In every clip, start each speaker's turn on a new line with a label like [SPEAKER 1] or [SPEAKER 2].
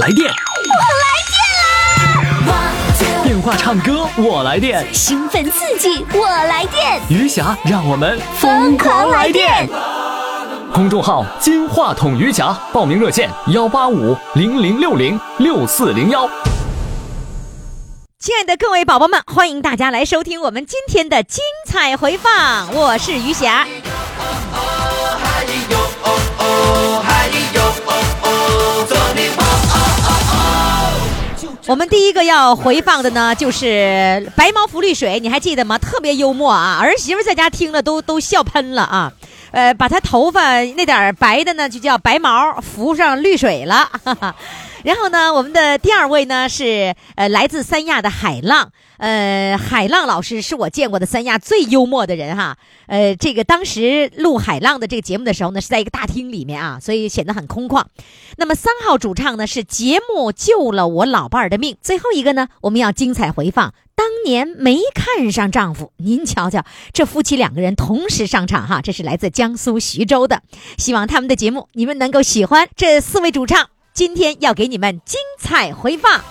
[SPEAKER 1] 来电，
[SPEAKER 2] 我来电啦！
[SPEAKER 1] 电话唱歌我来电，
[SPEAKER 2] 兴奋刺激我来电，
[SPEAKER 1] 余霞让我们疯狂来电。公众号“金话筒余霞”，报名热线：幺八五零零六零六四零幺。
[SPEAKER 3] 亲爱的各位宝宝们，欢迎大家来收听我们今天的精彩回放，我是余霞。我们第一个要回放的呢，就是《白毛浮绿水》，你还记得吗？特别幽默啊，儿媳妇在家听了都都笑喷了啊。呃，把她头发那点儿白的呢，就叫白毛，浮上绿水了。 哈哈然后呢，我们的第二位呢是呃来自三亚的海浪，呃，海浪老师是我见过的三亚最幽默的人哈。呃，这个当时录海浪的这个节目的时候呢，是在一个大厅里面啊，所以显得很空旷。那么三号主唱呢是节目救了我老伴儿的命，最后一个呢我们要精彩回放。当年没看上丈夫，您瞧瞧，这夫妻两个人同时上场哈，这是来自江苏徐州的，希望他们的节目你们能够喜欢。这四位主唱今天要给你们精彩回放。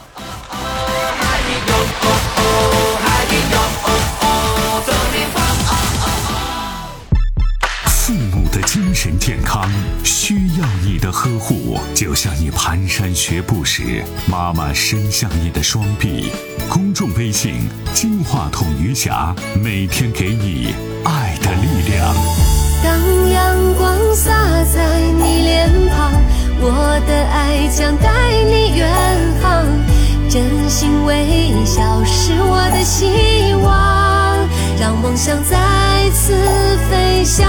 [SPEAKER 4] 父母的精神健康需要你的呵护，就像你蹒跚学步时，妈妈伸向你的双臂。公众微信“金话筒余霞”，每天给你爱的力量。
[SPEAKER 5] 当阳光洒在你脸庞，我的爱将带你远航。真心微笑是我的希望，让梦想再次飞翔。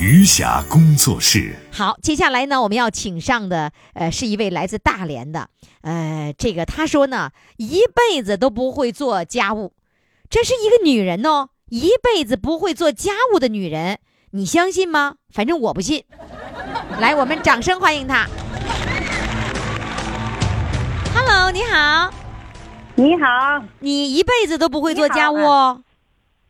[SPEAKER 4] 余霞工作室，
[SPEAKER 3] 好，接下来呢，我们要请上的呃是一位来自大连的，呃，这个他说呢，一辈子都不会做家务，这是一个女人哦，一辈子不会做家务的女人，你相信吗？反正我不信。来，我们掌声欢迎她。Hello，你好，
[SPEAKER 6] 你好
[SPEAKER 3] 你一辈子都不会做家务
[SPEAKER 6] 你好
[SPEAKER 3] 哦，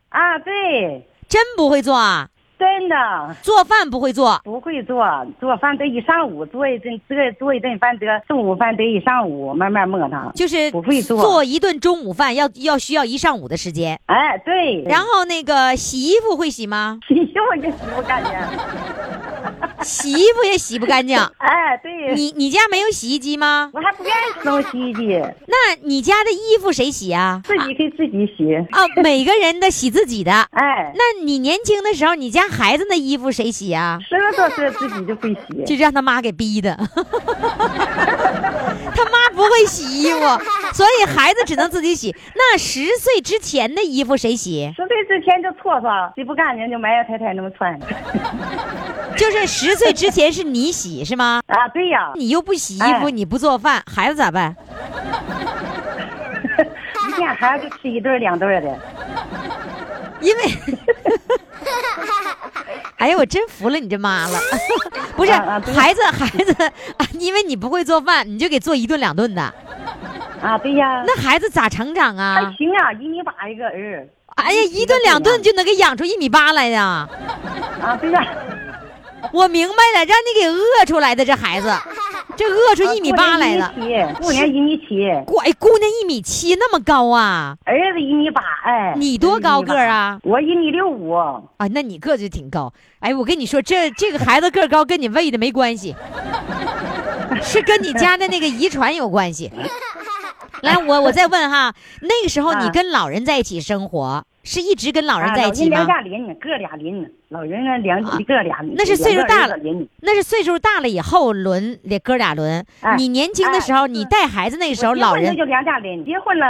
[SPEAKER 6] 啊，对，
[SPEAKER 3] 真不会做啊？
[SPEAKER 6] 真的
[SPEAKER 3] 做饭不会做，
[SPEAKER 6] 不会做做饭，得一上午做一顿，这做一顿饭得中午饭得一上午，慢慢磨它。
[SPEAKER 3] 就是
[SPEAKER 6] 不会做
[SPEAKER 3] 做一顿中午饭要要需要一上午的时间。
[SPEAKER 6] 哎，对，
[SPEAKER 3] 然后那个洗衣服会洗吗？
[SPEAKER 6] 洗我就洗不干净。
[SPEAKER 3] 洗衣服也洗不干净。
[SPEAKER 6] 哎，对，
[SPEAKER 3] 你你家没有洗衣机吗？
[SPEAKER 6] 我还不愿意弄洗衣机，
[SPEAKER 3] 那你家的衣服谁洗啊？
[SPEAKER 6] 自己给自己洗。
[SPEAKER 3] 啊，每个人的洗自己的。
[SPEAKER 6] 哎，
[SPEAKER 3] 那你年轻的时候，你家孩子那衣服谁洗啊？
[SPEAKER 6] 十个多岁自己就会洗。
[SPEAKER 3] 就让他妈给逼的。 他妈不会洗衣服，所以孩子只能自己洗。那十岁之前的衣服谁洗？
[SPEAKER 6] 十岁之前就搓搓，洗不干净就埋汰汰汰那么穿。
[SPEAKER 3] 就是十岁之前是你洗是吗？
[SPEAKER 6] 啊，对呀，
[SPEAKER 3] 你又不洗衣服，
[SPEAKER 6] 哎
[SPEAKER 3] 你不做饭，孩子咋办？
[SPEAKER 6] 一天孩子吃一顿儿两顿儿的。
[SPEAKER 3] 因 为，哎呀，我真服了你这妈 了。不是、
[SPEAKER 6] 啊啊对
[SPEAKER 3] 孩子，孩子、啊因为你不会做饭，你就给做一顿两顿的，
[SPEAKER 6] 啊，对呀，
[SPEAKER 3] 那孩子咋成长
[SPEAKER 6] 还
[SPEAKER 3] 啊？
[SPEAKER 6] 行啊，一米八一个儿。
[SPEAKER 3] 哎呀，一顿两顿就能给养出一米八来呀！
[SPEAKER 6] 啊，对呀。
[SPEAKER 3] 我明白了，让你给饿出来的这孩子，这饿出一米八来 了。
[SPEAKER 6] 过年一米七，
[SPEAKER 3] 姑哎，姑娘一米七那么高啊？
[SPEAKER 6] 儿子一米八，哎，
[SPEAKER 3] 你多高个儿啊
[SPEAKER 6] 一米八？我一米六五，
[SPEAKER 3] 啊，那你个子挺高。哎，我跟你说，这这个孩子个儿高跟你喂的没关系，是跟你家的那个遗传有关系。来，我我再问哈，那个时候你
[SPEAKER 6] 啊
[SPEAKER 3] 跟老人在一起生活，是一直跟老人
[SPEAKER 6] 啊
[SPEAKER 3] 在一起
[SPEAKER 6] 老
[SPEAKER 3] 吗
[SPEAKER 6] 人两？家邻呢，哥俩邻呢，老人呢两
[SPEAKER 3] 啊
[SPEAKER 6] 哥俩邻，
[SPEAKER 3] 那是岁数大了
[SPEAKER 6] 两个儿子邻呢
[SPEAKER 3] 那是岁数大了以后轮连哥俩轮。
[SPEAKER 6] 哎
[SPEAKER 3] 你年轻的时候，你带孩子那个时候，
[SPEAKER 6] 我结
[SPEAKER 3] 老
[SPEAKER 6] 婚
[SPEAKER 3] 人
[SPEAKER 6] 就两家邻，结婚了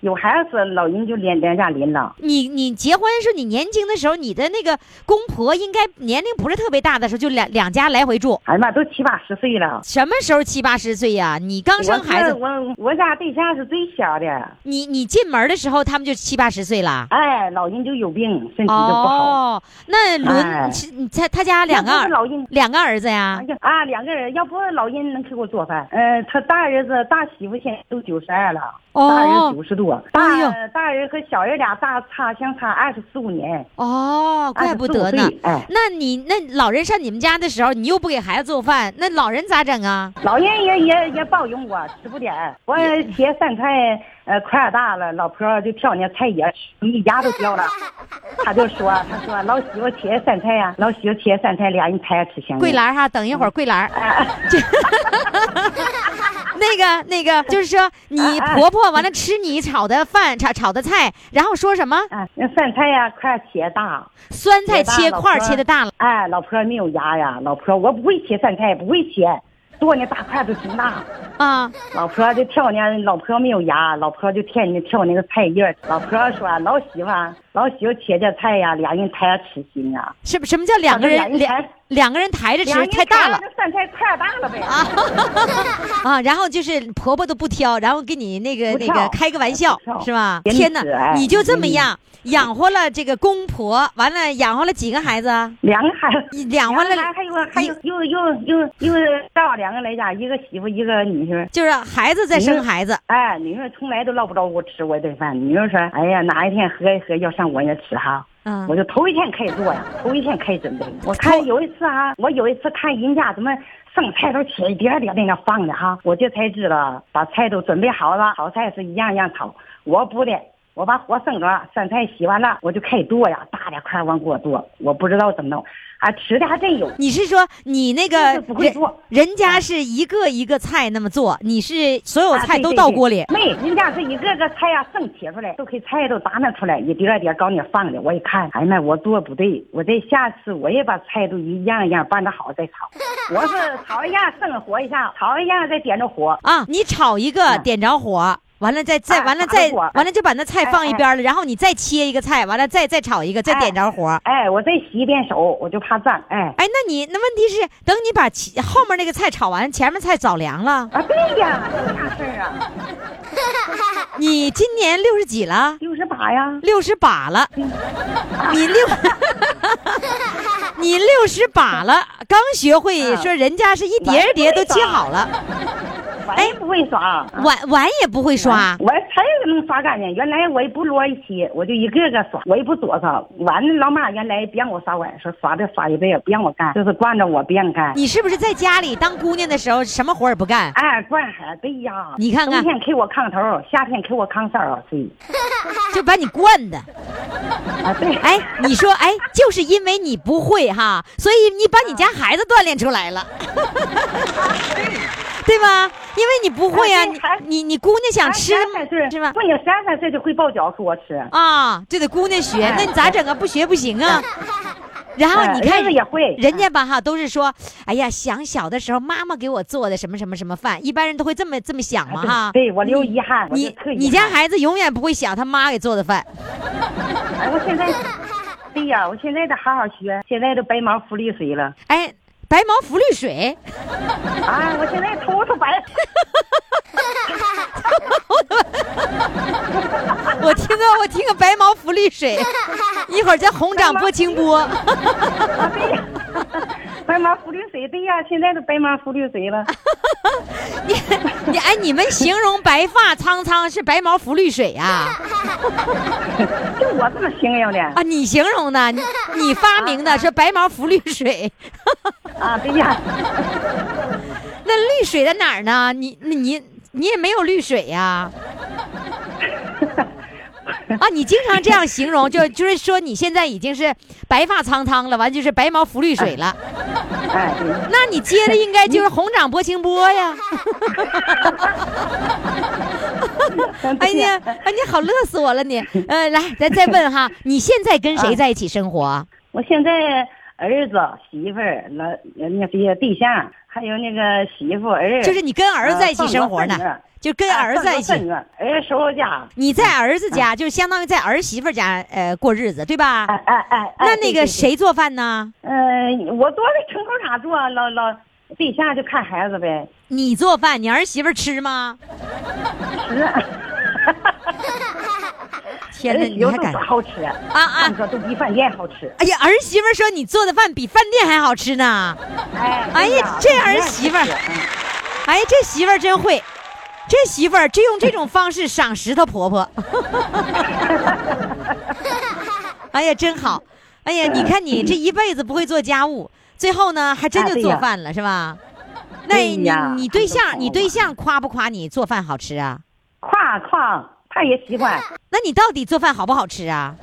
[SPEAKER 6] 有孩子，老人就两两家邻了。
[SPEAKER 3] 你你结婚的时候，你年轻的时候，你的那个公婆应该年龄不是特别大的时候，就两两家来回住。
[SPEAKER 6] 哎呀妈，都七八十岁了。
[SPEAKER 3] 什么时候七八十岁呀、你刚生孩子，
[SPEAKER 6] 我是我我家对象是最小的，
[SPEAKER 3] 你你进门的时候，他们就七八十岁了。啊？
[SPEAKER 6] 哎，老人就有病，身体就不好。
[SPEAKER 3] 哦，那
[SPEAKER 6] 哎
[SPEAKER 3] 轮是你他他家两个
[SPEAKER 6] 要不是老
[SPEAKER 3] 儿
[SPEAKER 6] 人
[SPEAKER 3] 两个儿子呀
[SPEAKER 6] 哎？呀啊，两个人，要不老人能给我做饭。呃，他大儿子、大媳妇现在都九十二了，
[SPEAKER 3] 哦
[SPEAKER 6] 大儿子九十多，
[SPEAKER 3] 哎
[SPEAKER 6] 大
[SPEAKER 3] 呦
[SPEAKER 6] 大儿和小儿俩大差相差二十四五年，
[SPEAKER 3] 哦，怪不得
[SPEAKER 6] 25
[SPEAKER 3] 呢
[SPEAKER 6] 岁哎。
[SPEAKER 3] 那你那老人上你们家的时候，你又不给孩子做饭，那老人咋整啊？
[SPEAKER 6] 老人也也也包容我，吃不点儿我切饭菜，呃，快点大了，老婆就挑那菜叶儿，一家都掉了。他就说，他说老媳妇切山菜呀、老媳妇切山菜，俩人拍着吃香。
[SPEAKER 3] 桂，兰哈，等一会儿桂兰。
[SPEAKER 6] 哎，
[SPEAKER 3] 这那个那个，就是说
[SPEAKER 6] 嗯
[SPEAKER 3] 你婆婆完了吃你炒的饭炒炒的菜，然后说什么
[SPEAKER 6] 哎，那山菜呀、快切大。
[SPEAKER 3] 酸菜切块儿
[SPEAKER 6] 老婆
[SPEAKER 3] 切的大了，
[SPEAKER 6] 哎，老婆没有牙呀，老婆我不会切山菜，不会切，剁那大块子挺大。
[SPEAKER 3] 啊，
[SPEAKER 6] 老婆就挑那，老婆没有牙，老婆就挑那挑那个菜叶儿。老婆说，老媳妇啊，老媳妇切这菜呀，俩人抬着吃心呀、
[SPEAKER 3] 是不什么叫两个
[SPEAKER 6] 两
[SPEAKER 3] 人
[SPEAKER 6] 个人
[SPEAKER 3] 两
[SPEAKER 6] 抬
[SPEAKER 3] 两个人抬着
[SPEAKER 6] 俩
[SPEAKER 3] 吃
[SPEAKER 6] 人
[SPEAKER 3] 太大
[SPEAKER 6] 抬
[SPEAKER 3] 了
[SPEAKER 6] 着山菜块大了呗。啊，
[SPEAKER 3] 啊？然后就是婆婆都不挑，然后跟你那个
[SPEAKER 6] 不
[SPEAKER 3] 那
[SPEAKER 6] 挑
[SPEAKER 3] 个开个玩笑
[SPEAKER 6] 不挑
[SPEAKER 3] 是吧？
[SPEAKER 6] 给你
[SPEAKER 3] 天哪
[SPEAKER 6] 指哎，嗯
[SPEAKER 3] 你就这么样养活了这个公婆，完了养活了几个孩子啊？
[SPEAKER 6] 两个孩 子。
[SPEAKER 3] 你养活了
[SPEAKER 6] 两个孩子还有还有又又又又照两个来家，一个媳妇一个女婿。
[SPEAKER 3] 就是孩子再生孩子，
[SPEAKER 6] 哎，女婿从来都捞不着我吃我一顿饭。女婿说：“哎呀，哪一天喝一喝要上我那吃哈。”
[SPEAKER 3] 嗯
[SPEAKER 6] 我就头一天开始做呀，头一天开始准备。我看有一次啊，我有一次看人家怎么剩菜都切一点点在那放着哈，我这才知道把菜都准备好了，炒菜是一样一样炒。我不的，我把火生着，酸菜洗完了，我就开始剁呀，大点块往给我剁。我不知道怎么弄，啊，吃的还真有。
[SPEAKER 3] 你是说你那个
[SPEAKER 6] 就是不会做
[SPEAKER 3] 人人家是一个一个菜那么做，你是所有
[SPEAKER 6] 啊
[SPEAKER 3] 菜
[SPEAKER 6] 对
[SPEAKER 3] 都
[SPEAKER 6] 对
[SPEAKER 3] 倒
[SPEAKER 6] 对
[SPEAKER 3] 锅里？
[SPEAKER 6] 没，人家是一个个菜呀、剩切出来，都给菜都打拿出来，一点儿点儿搞点儿放的。我一看，哎呀妈，我做不对，我这下次我也把菜都一样一样拌的好再炒。我 是炒一下生火一下，炒一下再点着火。
[SPEAKER 3] 啊，你炒一个，点着火，完了再再
[SPEAKER 6] 嗯哎
[SPEAKER 3] 完了
[SPEAKER 6] 打着
[SPEAKER 3] 再
[SPEAKER 6] 火哎
[SPEAKER 3] 完了就把那菜放一边了，然后你再切一个菜，完了再再炒一个，再点着火。
[SPEAKER 6] 哎，我再洗一遍手，我就怕脏。哎，
[SPEAKER 3] 哎，那你那问题是，等你把其后面那个菜炒完，前面菜早凉了。
[SPEAKER 6] 啊，对呀，这啥事儿啊？
[SPEAKER 3] 你今年六十几了？
[SPEAKER 6] 六十八呀，
[SPEAKER 3] 六十把了，你六， 你六十把了，刚学会说人家是一碟儿一碟儿嗯都切好了，
[SPEAKER 6] 碗
[SPEAKER 3] 哎
[SPEAKER 6] 也不会刷，
[SPEAKER 3] 碗碗也不会刷。
[SPEAKER 6] 我才能刷干净。原来我也不摞一起，我就一个个刷，我也不躲着。完了，老妈原来不让我刷碗，说刷这刷一辈子，不让我干，就是惯着我不让干。
[SPEAKER 3] 你是不是在家里当姑娘的时候什么活儿也不 干？
[SPEAKER 6] 哎，惯孩对呀，
[SPEAKER 3] 你看看
[SPEAKER 6] 冬天给我炕头，夏天给我炕梢儿睡。
[SPEAKER 3] 就把你惯的。
[SPEAKER 6] 啊，对，
[SPEAKER 3] 哎，你说，哎，就是因为你不会哈，所以你把你家孩子锻炼出来 了，对吧？因为你不会啊，
[SPEAKER 6] 哎对
[SPEAKER 3] 你
[SPEAKER 6] 还
[SPEAKER 3] 你你姑娘想吃
[SPEAKER 6] 十二哎三岁
[SPEAKER 3] 是吧
[SPEAKER 6] 不，？你十二三岁就会包饺子给我吃。
[SPEAKER 3] 啊，就得姑娘学，
[SPEAKER 6] 哎
[SPEAKER 3] 那你咋整啊？不学不行 啊。然后你
[SPEAKER 6] 哎儿
[SPEAKER 3] 看
[SPEAKER 6] 子也会
[SPEAKER 3] 人家吧哈，都是说，哎呀，想小的时候妈妈给我做的什么什么什么饭，一般人都会这么这么想嘛哈。
[SPEAKER 6] 啊对我留遗憾，
[SPEAKER 3] 啊
[SPEAKER 6] 我就啊
[SPEAKER 3] 你
[SPEAKER 6] 特遗憾
[SPEAKER 3] 你家孩子永远不会想他妈给做的饭，
[SPEAKER 6] 哎，我现在，对呀，我现在得好好学，现在都白毛浮绿水了。
[SPEAKER 3] 哎，白毛浮绿水。
[SPEAKER 6] 啊，我现在头都白。
[SPEAKER 3] 我听个我听个白毛浮绿水，一会儿再红掌拨清波。
[SPEAKER 6] 啊，对呀，白毛浮绿水，对呀，现在都白毛浮绿 水了。
[SPEAKER 3] 你你哎，你们形容白发苍苍是白毛浮绿水呀、
[SPEAKER 6] 就我这么形容的
[SPEAKER 3] 啊？你形容的，你你发明的是白毛浮绿水，
[SPEAKER 6] 啊，对呀，
[SPEAKER 3] 那绿水在哪儿呢？你你你也没有绿水呀、啊，你经常这样形容，就就是说你现在已经是白发苍苍了，完就是白毛浮绿水了。
[SPEAKER 6] 哎，对
[SPEAKER 3] 那你接的应该就是红掌拨清波呀。 哎呀，哎你好，乐死我了你。呃，来，咱再问哈，你现在跟谁在一起生活？
[SPEAKER 6] 我现在儿子、媳妇儿、老呃那些对象，还有那个媳妇儿，
[SPEAKER 3] 就是你跟儿子在一起生活
[SPEAKER 6] 呃
[SPEAKER 3] 呢
[SPEAKER 6] 放多份，
[SPEAKER 3] 就跟儿子在一
[SPEAKER 6] 儿
[SPEAKER 3] 起。
[SPEAKER 6] 儿子收拾家。
[SPEAKER 3] 你在儿子家，就相当于在儿媳妇家，呃，过日子，对吧？
[SPEAKER 6] 哎哎哎，哎
[SPEAKER 3] 那那个，谁做饭呢？
[SPEAKER 6] 对对对呃，我多在城口厂做，老老对象就看孩子呗，
[SPEAKER 3] 你做饭，你儿媳妇吃吗？
[SPEAKER 6] 吃。
[SPEAKER 3] 天哪，你
[SPEAKER 6] 油
[SPEAKER 3] 还
[SPEAKER 6] 肚
[SPEAKER 3] 敢
[SPEAKER 6] 子？好吃啊
[SPEAKER 3] 啊
[SPEAKER 6] 上桌都比饭店好吃。
[SPEAKER 3] 哎呀，儿媳妇儿说你做的饭比饭店还好吃呢。
[SPEAKER 6] 哎，
[SPEAKER 3] 哎呀
[SPEAKER 6] 真的
[SPEAKER 3] 这儿媳妇儿哎，这媳妇儿真会，这媳妇儿就用这种方式赏识她婆婆。 哎呀，真好！哎呀，你看你这一辈子不会做家务，最后呢还真
[SPEAKER 6] 啊
[SPEAKER 3] 就
[SPEAKER 6] 对
[SPEAKER 3] 做
[SPEAKER 6] 呀
[SPEAKER 3] 饭了，是吧？那
[SPEAKER 6] 对
[SPEAKER 3] 你
[SPEAKER 6] 呀
[SPEAKER 3] 你对
[SPEAKER 6] 很多
[SPEAKER 3] 象你
[SPEAKER 6] 朋
[SPEAKER 3] 对
[SPEAKER 6] 友
[SPEAKER 3] 象夸不夸你做饭好吃啊？
[SPEAKER 6] 夸夸，他也喜欢，
[SPEAKER 3] 那你到底做饭好不好吃啊？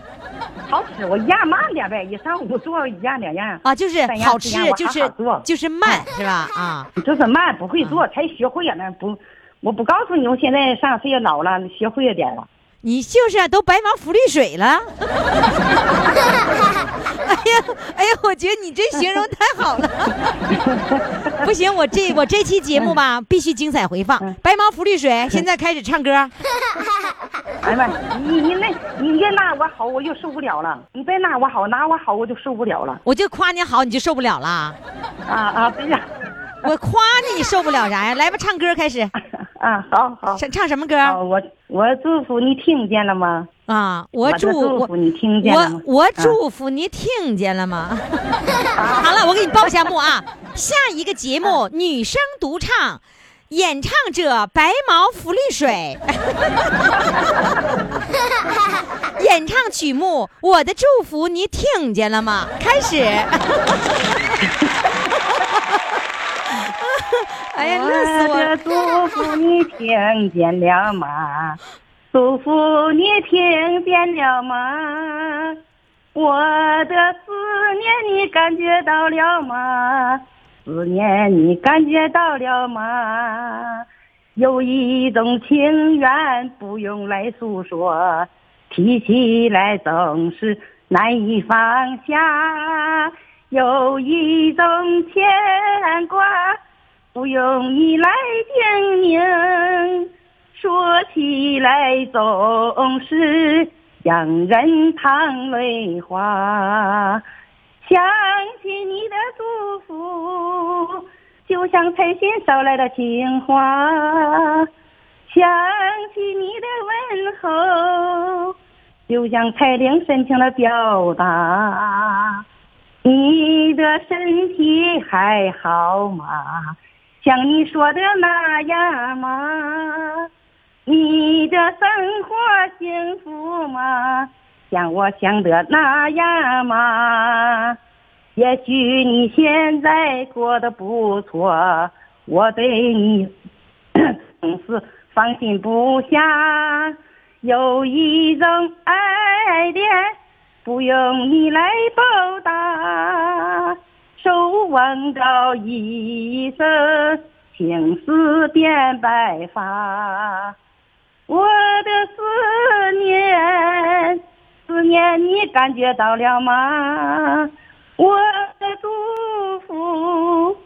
[SPEAKER 6] 好吃。我一样慢点呗，一上午做一样两样，
[SPEAKER 3] 啊，就是
[SPEAKER 6] 怎样
[SPEAKER 3] 好
[SPEAKER 6] 怎
[SPEAKER 3] 吃
[SPEAKER 6] 样我，
[SPEAKER 3] 就
[SPEAKER 6] 好
[SPEAKER 3] 是
[SPEAKER 6] 好做
[SPEAKER 3] 就是慢，是吧？啊，
[SPEAKER 6] 就是慢，不会做才学会了呢。不，我不告诉你，我现在上岁数老了，学会了点儿了。
[SPEAKER 3] 你就是啊都白忙浮绿水了。 哎呀，哎呀，我觉得你这形容太好了。不行，我这我这期节目吧，必须精彩回放。白毛浮绿水，现在开始唱歌。
[SPEAKER 6] 哎呀妈，你你那，你越拿我好，我就受不了了。你别拿我好，拿我好我就受不了了。
[SPEAKER 3] 我就夸你好，你就受不了啦。
[SPEAKER 6] 啊啊，对呀，
[SPEAKER 3] 我夸你，你受不了啥呀？来吧，唱歌开始，
[SPEAKER 6] 啊，好好。
[SPEAKER 3] 唱唱什么歌
[SPEAKER 6] 好，我我祝福你听见了吗？
[SPEAKER 3] 啊？我
[SPEAKER 6] 我的
[SPEAKER 3] 祝
[SPEAKER 6] 祝
[SPEAKER 3] 我
[SPEAKER 6] 福你听见了吗
[SPEAKER 3] 我？我
[SPEAKER 6] 啊
[SPEAKER 3] 祝福你听见了吗？ 好了，我给你报下幕啊，下一个节
[SPEAKER 6] 嗯
[SPEAKER 3] 目女生独唱，演唱者白毛浮绿水，演唱曲目《我的祝福你听见了吗》开始。 哎呀，乐死我
[SPEAKER 6] 我
[SPEAKER 3] 了！
[SPEAKER 6] 的祝福你听见了吗？祝福你听见了吗？我的思念你感觉到了吗？思念你感觉到了吗？有一种情缘不用来诉说，提起来总是难以放下。有一种牵挂，不用你来叮咛，说起来总是让人淌泪花。想起你的祝福，就像彩线捎来的情话；想起你的问候，就像彩铃深情的表达。你的身体还好吗？像你说的那样吗？你的生活幸福吗？像我想的那样吗？也许你现在过得不错，我对你 总是放心不下。有一种爱恋，不用你来报答，守望到一生，情丝变白发。我的思念，思念你感觉到了吗？我的祝福，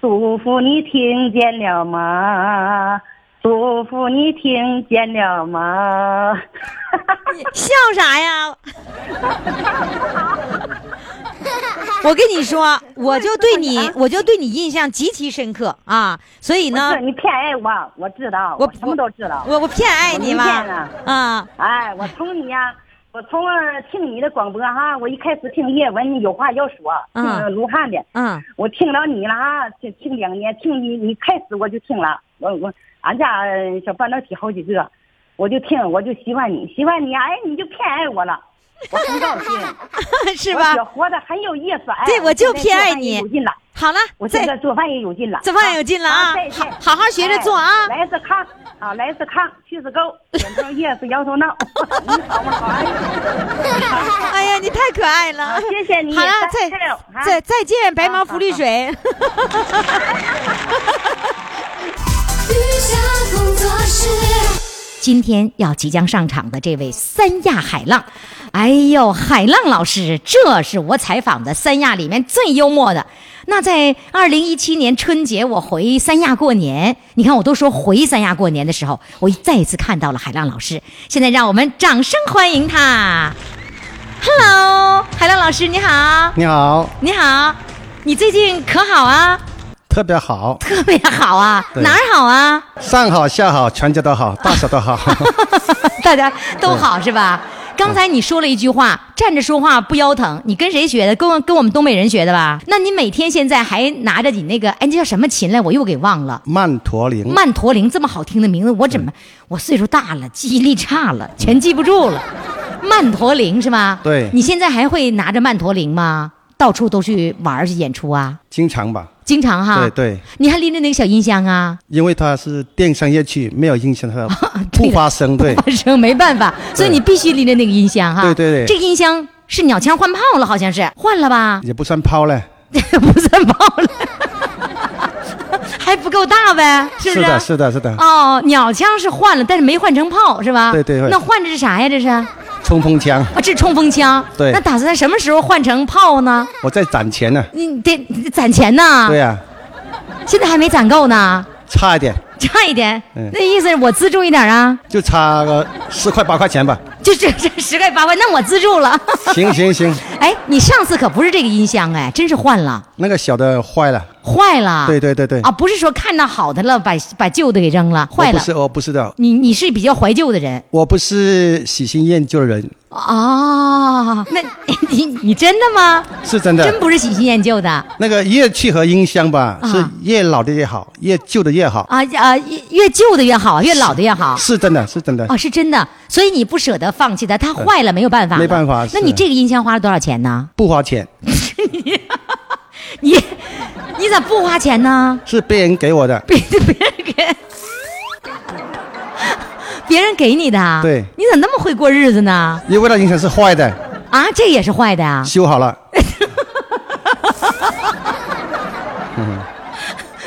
[SPEAKER 6] 祝福你听见了吗？祝福你听见了吗？
[SPEAKER 3] 笑啥呀？我跟你说，我就对你，我就对你印象极其深刻啊！所以
[SPEAKER 6] 不
[SPEAKER 3] 呢
[SPEAKER 6] 是，你偏爱我，我知道，
[SPEAKER 3] 我
[SPEAKER 6] 我什么都知道。
[SPEAKER 3] 我我偏爱你
[SPEAKER 6] 我
[SPEAKER 3] 吗
[SPEAKER 6] 明白了？
[SPEAKER 3] 啊，
[SPEAKER 6] 哎，我从你呀、我从呃听你的广播哈，我一开始听叶文有话要说，
[SPEAKER 3] 嗯
[SPEAKER 6] 听卢汉的，
[SPEAKER 3] 嗯，
[SPEAKER 6] 我听了你了哈，听听两年，听你你开始我就听了，我我俺家呃小半导体好几个，我就听我就喜欢你，喜欢你，哎，你就偏爱我了，我很高兴，
[SPEAKER 3] 是
[SPEAKER 6] 我
[SPEAKER 3] 吧
[SPEAKER 6] 觉？得活得很有意思，哎，
[SPEAKER 3] 对我就偏爱你
[SPEAKER 6] 我现在做饭也有劲了，
[SPEAKER 3] 好了
[SPEAKER 6] 我，现在
[SPEAKER 3] 再
[SPEAKER 6] 做饭也有劲了，
[SPEAKER 3] 做饭也有劲了啊
[SPEAKER 6] 再见
[SPEAKER 3] 好好好学着做啊
[SPEAKER 6] 哎来自炕啊，来自炕，去自沟，远头夜是 摇头闹，你好吗？好，哎啊
[SPEAKER 3] 哎呀，你太可爱了
[SPEAKER 6] 好，谢谢你
[SPEAKER 3] 好了，
[SPEAKER 6] 再见啊
[SPEAKER 3] 再再再见，白毛浮绿水。
[SPEAKER 5] 雨下工作室。
[SPEAKER 3] 今天要即将上场的这位三亚海浪，哎呦，海浪老师，这是我采访的三亚里面最幽默的。那在二零一七年春节，我回三亚过年，你看我都说回三亚过年的时候，我再一次看到了海浪老师。现在让我们掌声欢迎他。Hello，海浪老师，你好，
[SPEAKER 7] 你好，
[SPEAKER 3] 你好，你最近可好啊？
[SPEAKER 7] 特别好，
[SPEAKER 3] 特别好啊，
[SPEAKER 7] 对
[SPEAKER 3] 哪儿好啊？
[SPEAKER 7] 上好下好，全家都好，大小都好。
[SPEAKER 3] 大家都好是吧？刚才你说了一句话，站着说话不腰疼，你跟谁学的？跟我跟我们东北人学的吧？那你每天现在还拿着你那个，哎，那叫什么琴来？我又给忘了。
[SPEAKER 8] 曼陀铃，
[SPEAKER 3] 曼陀铃这么好听的名字，我怎么我岁数大了，记忆力差了，全记不住了。曼陀铃是吧？
[SPEAKER 8] 对
[SPEAKER 3] 你现在还会拿着曼陀铃吗？到处都去玩儿去演出啊？
[SPEAKER 8] 经常吧，
[SPEAKER 3] 经常哈？
[SPEAKER 8] 对对，
[SPEAKER 3] 你还拎着那个小音箱啊？
[SPEAKER 8] 因为它是电声乐器，没有音 箱它
[SPEAKER 3] 对
[SPEAKER 8] 不
[SPEAKER 3] 的
[SPEAKER 8] 发 声，对
[SPEAKER 3] 发生没办法，所以你必须拎着那个音箱哈。
[SPEAKER 8] 对对对
[SPEAKER 3] 这个音箱是鸟枪换炮了，好像是换了吧？
[SPEAKER 8] 也不算抛了。
[SPEAKER 3] 不算炮了， 还不够大呗？是不
[SPEAKER 8] 是
[SPEAKER 3] 是？
[SPEAKER 8] 的，是的，是的，
[SPEAKER 3] 哦，鸟枪是换了，但是没换成炮是吧？
[SPEAKER 8] 对对对
[SPEAKER 3] 那换的是啥呀？这是啊，
[SPEAKER 8] 冲锋枪，
[SPEAKER 3] 这冲锋枪。
[SPEAKER 8] 对
[SPEAKER 3] 那打算什么时候换成炮呢？
[SPEAKER 8] 我在攒钱呢。
[SPEAKER 3] 你你得你得攒钱呢。
[SPEAKER 8] 对呀，
[SPEAKER 3] 现在还没攒够呢，
[SPEAKER 8] 差一点，
[SPEAKER 3] 差一点。
[SPEAKER 8] 嗯
[SPEAKER 3] 那意思是我资助一点啊，
[SPEAKER 8] 就差个四块八块 钱吧。
[SPEAKER 3] 就这这十块八块，那我资助了。
[SPEAKER 8] 行行行，
[SPEAKER 3] 哎，你上次可不是这个音箱哎，真是换了，
[SPEAKER 8] 那个小的坏了，
[SPEAKER 3] 坏了。
[SPEAKER 8] 对对对对
[SPEAKER 3] 啊，不是说看到好的了，把把旧的给扔了，坏
[SPEAKER 8] 我不
[SPEAKER 3] 了。
[SPEAKER 8] 是，我不是的，
[SPEAKER 3] 你你是比较怀旧的人
[SPEAKER 8] 我不是喜新厌旧的人，
[SPEAKER 3] 啊、 那你你真的吗？
[SPEAKER 8] 是真的。
[SPEAKER 3] 真不是喜新厌旧的
[SPEAKER 8] 那个乐器和音箱吧，
[SPEAKER 3] 啊
[SPEAKER 8] 是越老的越好，越旧的越好。
[SPEAKER 3] 啊啊！越越旧的越好，越老的越好。
[SPEAKER 8] 是真的，是真的。
[SPEAKER 3] 哦，是真的，所以你不舍得放弃它，它坏了没有办法了，
[SPEAKER 8] 没办法
[SPEAKER 3] 那你
[SPEAKER 8] 是
[SPEAKER 3] 这个音箱花了多少钱呢？
[SPEAKER 8] 不花钱，
[SPEAKER 3] 你你咋不花钱呢？
[SPEAKER 8] 是别人给我的。
[SPEAKER 3] 别别人给，别人给你的啊？
[SPEAKER 8] 对
[SPEAKER 3] 你咋那么会过日子呢？
[SPEAKER 8] 因为那音响是坏的，
[SPEAKER 3] 啊，这也是坏的啊？
[SPEAKER 8] 修好了，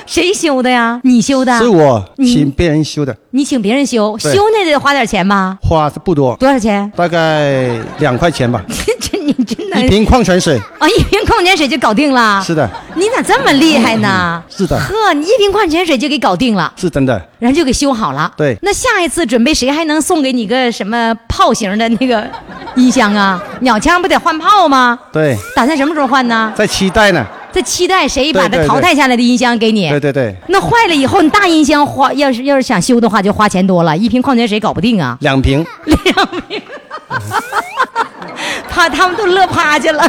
[SPEAKER 3] 谁修的呀？你修的？
[SPEAKER 8] 是我
[SPEAKER 3] 你
[SPEAKER 8] 请别人修的，
[SPEAKER 3] 你请别人修，
[SPEAKER 8] 对
[SPEAKER 3] 修那得花点钱吧？
[SPEAKER 8] 花不多，
[SPEAKER 3] 多少 钱？
[SPEAKER 8] 大概两块钱 吧，
[SPEAKER 3] 这你真
[SPEAKER 8] 一
[SPEAKER 3] 的
[SPEAKER 8] 瓶矿泉水。
[SPEAKER 3] 啊，一瓶矿泉水就搞定了？
[SPEAKER 8] 是的，嗯
[SPEAKER 3] 你咋这么厉害呢？
[SPEAKER 8] 是的
[SPEAKER 3] 呵，你一瓶矿泉水就给搞定了，
[SPEAKER 8] 是真的。
[SPEAKER 3] 然后就给修好了。
[SPEAKER 8] 对
[SPEAKER 3] 那下一次准备谁还能送给你个什么炮型的那个 音箱啊？鸟枪不得换炮吗？
[SPEAKER 8] 对，
[SPEAKER 3] 打算什么时候换呢？
[SPEAKER 8] 在期待呢。
[SPEAKER 3] 在期待谁把它
[SPEAKER 8] 对对
[SPEAKER 3] 淘
[SPEAKER 8] 对
[SPEAKER 3] 汰下来的音箱给你。
[SPEAKER 8] 对对对，
[SPEAKER 3] 那坏了以后，你大音箱花要是要是想修的话，就花钱多了，一瓶矿泉水搞不定啊。
[SPEAKER 8] 两瓶。
[SPEAKER 3] 怕他们都乐趴下了。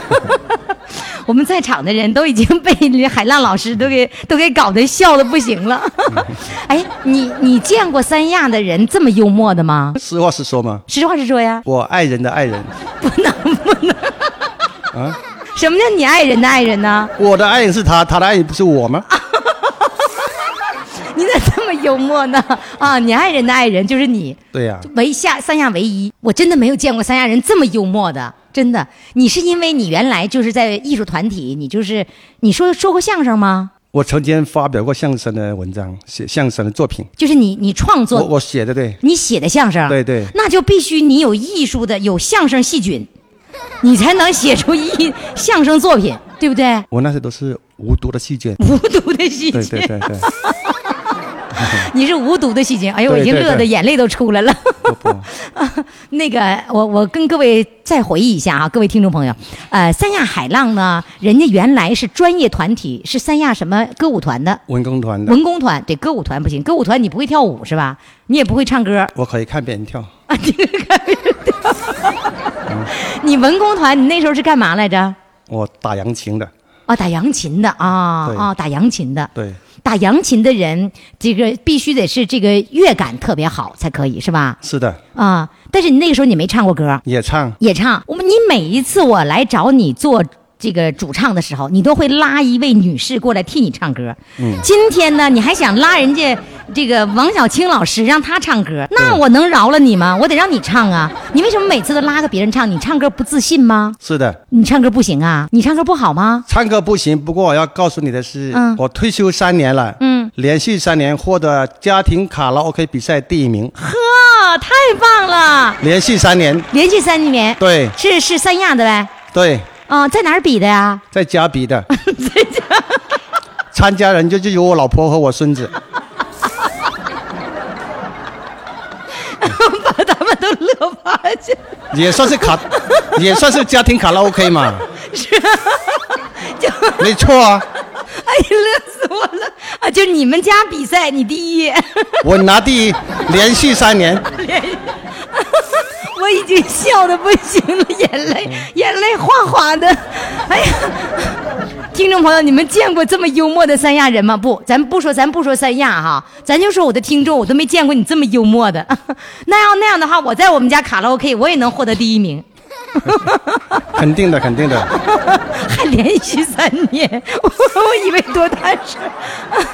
[SPEAKER 3] 我们在场的人都已经被海浪老师都给都给搞得笑的不行了。 哎，你你见过三亚的人这么幽默的吗？
[SPEAKER 8] 实话实说嘛，
[SPEAKER 3] 实话实说呀，
[SPEAKER 8] 我爱人的爱人，
[SPEAKER 3] 什么叫你爱人的爱人呢？
[SPEAKER 8] 我的爱人是他，他的爱人不是我吗？
[SPEAKER 3] 啊你咋这么幽默呢？啊，你爱人的爱人就是你，
[SPEAKER 8] 对呀、
[SPEAKER 3] 唯下三亚唯一，我真的没有见过三亚人这么幽默的，真的。你是因为你原来就是在艺术团体，你就是你说说过相声吗？
[SPEAKER 8] 我曾经发表过相声的文章，写相声的作品，
[SPEAKER 3] 就是你你创作
[SPEAKER 8] 我我写的对，
[SPEAKER 3] 你写的相声，
[SPEAKER 8] 对对
[SPEAKER 3] 那就必须你有艺术的，有相声细菌， 你才能写出一 相声作品，对不 对？
[SPEAKER 8] 我那些都是无毒的细菌。
[SPEAKER 3] 无毒的细菌，
[SPEAKER 8] 对对对对，
[SPEAKER 3] 你是无毒的细菌。哎呦，我
[SPEAKER 8] 对
[SPEAKER 3] 已经
[SPEAKER 8] 对
[SPEAKER 3] 乐得
[SPEAKER 8] 对
[SPEAKER 3] 眼泪都出来了。
[SPEAKER 8] 不不，
[SPEAKER 3] 那个，我我跟各位再回忆一下啊，各位听众朋友，呃，三亚海浪呢，人家原来是专业团体，是三亚什么歌舞团的。
[SPEAKER 8] 文工团的，
[SPEAKER 3] 文工团对歌舞团不行，歌舞团你不会跳舞是吧？你也不会唱歌，
[SPEAKER 8] 我可以看别人跳，
[SPEAKER 3] 你文工团你那时候是干嘛来着？
[SPEAKER 8] 我打扬琴的，
[SPEAKER 3] 啊，打扬琴的啊
[SPEAKER 8] 对
[SPEAKER 3] 啊，打扬琴的，
[SPEAKER 8] 对，
[SPEAKER 3] 打扬琴的人，这个必须得是这个乐感特别好才可以，是吧？
[SPEAKER 8] 是的，
[SPEAKER 3] 啊，但是你那个时候你没唱过歌，
[SPEAKER 8] 也唱，
[SPEAKER 3] 也唱。我们你每一次我来找你做这个主唱的时候，你都会拉一位女士过来替你唱歌。嗯，今天呢，你还想拉人家这个王小青老师让她唱歌，那我能饶了你吗？我得让你唱啊！你为什么每次都拉个别人唱？你唱歌不自信吗？
[SPEAKER 8] 是的。
[SPEAKER 3] 你唱歌不行啊？你唱歌不好吗？
[SPEAKER 8] 唱歌不行，不过我要告诉你的是，
[SPEAKER 3] 嗯
[SPEAKER 8] 我退休三年了，
[SPEAKER 3] 嗯，
[SPEAKER 8] 连续三年获得家庭卡拉 OK 比赛第一名，
[SPEAKER 3] 啊，太棒了！
[SPEAKER 8] 连续三年，
[SPEAKER 3] 连续三年，
[SPEAKER 8] 对
[SPEAKER 3] 是是三亚的呗？
[SPEAKER 8] 对，
[SPEAKER 3] 啊、在哪儿比的呀？
[SPEAKER 8] 在家 比的，参加人就就有我老婆和我孙子，
[SPEAKER 3] 把他们都乐趴下。
[SPEAKER 8] 也算是 卡，也算是家庭卡拉 OK 嘛，
[SPEAKER 3] 啊
[SPEAKER 8] 没错啊，
[SPEAKER 3] 哎呀，乐死我了！啊，就你们家比赛，你第一，
[SPEAKER 8] 我拿第一，连续三年，
[SPEAKER 3] 我已经笑的不行了，眼泪眼泪哗哗的，哎呀！听众朋友，你们见过这么幽默的三亚人吗？不，咱不说，咱不说三亚哈，咱就说我的听众，我都没见过你这么幽默的。 那要那样的话，我在我们家卡拉 OK，我也能获得第一名。
[SPEAKER 8] 肯定的，肯定的。
[SPEAKER 3] 还 连续三年， 我我以为多大事儿，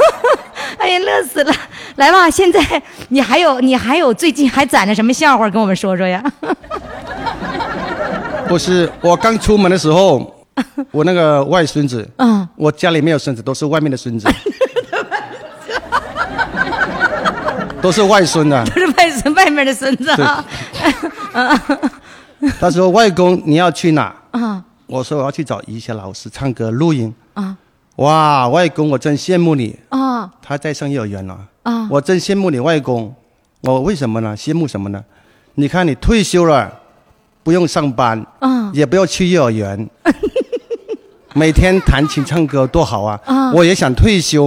[SPEAKER 3] 哎呀，乐死了！来吧，现在你还有你还有最近还攒着什么笑话跟我们说说呀？
[SPEAKER 8] 不是，我刚出门的时候，我那个外孙子，
[SPEAKER 3] 嗯
[SPEAKER 8] 我家里没有孙子，都是外面的孙子， 都是外孙啊的。
[SPEAKER 3] 不是外孙外面的孙子啊，
[SPEAKER 8] 他说：“外公，你要去哪？”
[SPEAKER 3] 啊
[SPEAKER 8] 我说：“我要去找余霞老师唱歌录音。”啊，哇，外公，我真羡慕你，
[SPEAKER 3] 啊
[SPEAKER 8] 他在上幼儿园了。
[SPEAKER 3] 啊
[SPEAKER 8] 我真羡慕你外公，我为什么呢？羡慕什么呢？你看你退休了，不用上班，
[SPEAKER 3] 啊
[SPEAKER 8] 也不要去幼 儿园，每天弹琴唱歌多好啊！我也想 退休。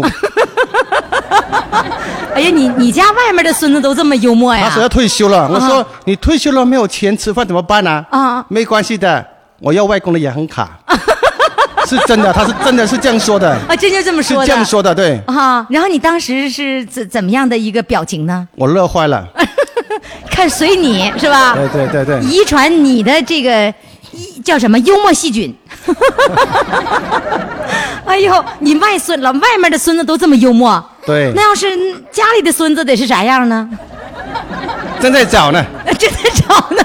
[SPEAKER 3] 哎呀，你你家外面的孙子都这么幽默呀
[SPEAKER 8] 他？说要退休了，我说你退休了没有钱吃饭怎么办呢？
[SPEAKER 3] 啊
[SPEAKER 8] 没关系的，我要外公的银 行卡，是真的，他是真的是这样说的，
[SPEAKER 3] 啊，真就这么
[SPEAKER 8] 是
[SPEAKER 3] 说的。
[SPEAKER 8] 这样说的，对
[SPEAKER 3] 啊，然后你当时是怎怎么样的一个表情呢？
[SPEAKER 8] 我乐坏 了，
[SPEAKER 3] 看随你是吧？
[SPEAKER 8] 对对对对，
[SPEAKER 3] 遗传你的这个一叫什么幽默细菌。 哎呦，你外孙老外面的孙子都这么幽默，
[SPEAKER 8] 对
[SPEAKER 3] 那要是家里的孙子得是啥样呢？
[SPEAKER 8] 正在找呢，
[SPEAKER 3] 真的找呢。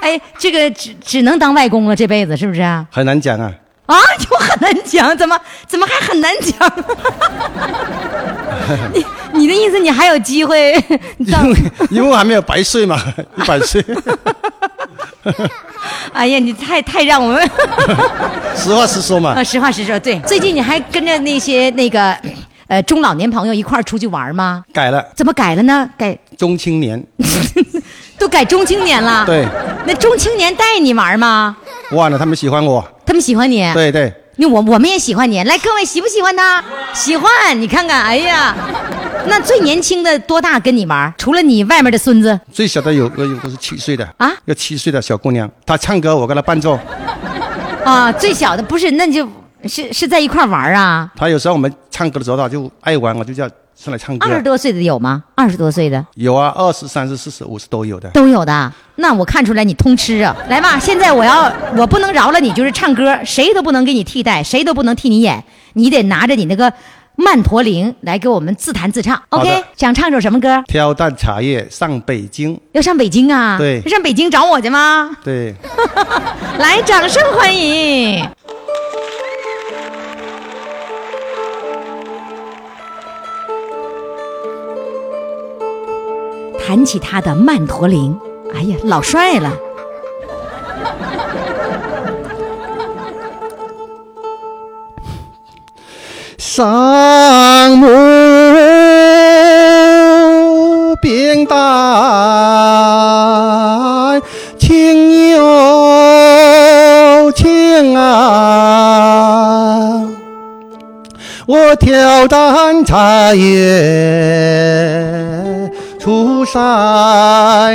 [SPEAKER 3] 哎，这个只只能当外公了，这辈子是不是啊？
[SPEAKER 8] 很难讲啊。
[SPEAKER 3] 啊，就很难讲，怎么怎么还很难讲？ 你你的意思，你还有机会 当
[SPEAKER 8] 因为 因为我还没有百岁嘛， 一百岁。
[SPEAKER 3] 哎呀，你太太让我们
[SPEAKER 8] 实话实说嘛
[SPEAKER 3] 啊，，实话实说，对。最近你还跟着那些那个呃中老年朋友一块儿出去玩吗？
[SPEAKER 8] 改了
[SPEAKER 3] 怎么改了呢？改
[SPEAKER 8] 中青年，
[SPEAKER 3] 都改中青年了。
[SPEAKER 8] 对，
[SPEAKER 3] 那中青年带你玩吗？
[SPEAKER 8] 忘了他们喜欢我，
[SPEAKER 3] 他们喜欢你。
[SPEAKER 8] 对对，
[SPEAKER 3] 那我我们也喜欢你。来，各位喜不喜欢他？喜欢，你看看，哎呀，那最年轻的多大跟你玩？除了你外面的孙子，
[SPEAKER 8] 最小的有个有个是七岁的
[SPEAKER 3] 啊
[SPEAKER 8] 有七岁的小姑娘，她唱歌我跟她伴奏，
[SPEAKER 3] 啊，最小的不是，那就是是在一块儿玩啊。
[SPEAKER 8] 她有时候我们唱歌的时候她就爱玩，我就叫上来唱歌
[SPEAKER 3] 二，十多岁的有吗？二十多岁的
[SPEAKER 8] 有啊，二十、三十、四十、五十都有的，
[SPEAKER 3] 都有的。那我看出来你通吃啊！来吧，现在我要我不能饶了你，就是唱歌，谁都不能给你替代，谁都不能替你演，你得拿着你那个曼陀铃来给我们自弹自唱。
[SPEAKER 8] 好的
[SPEAKER 3] OK，想唱首什么歌？
[SPEAKER 8] 挑担茶叶上北京，
[SPEAKER 3] 要上北京啊？
[SPEAKER 8] 对
[SPEAKER 3] 要上北京找我去吗？
[SPEAKER 8] 对，
[SPEAKER 3] 来，掌声欢迎！弹起他的曼陀铃，哎呀，老帅了。
[SPEAKER 8] 上母兵蛋，清又清啊！我挑担茶叶出山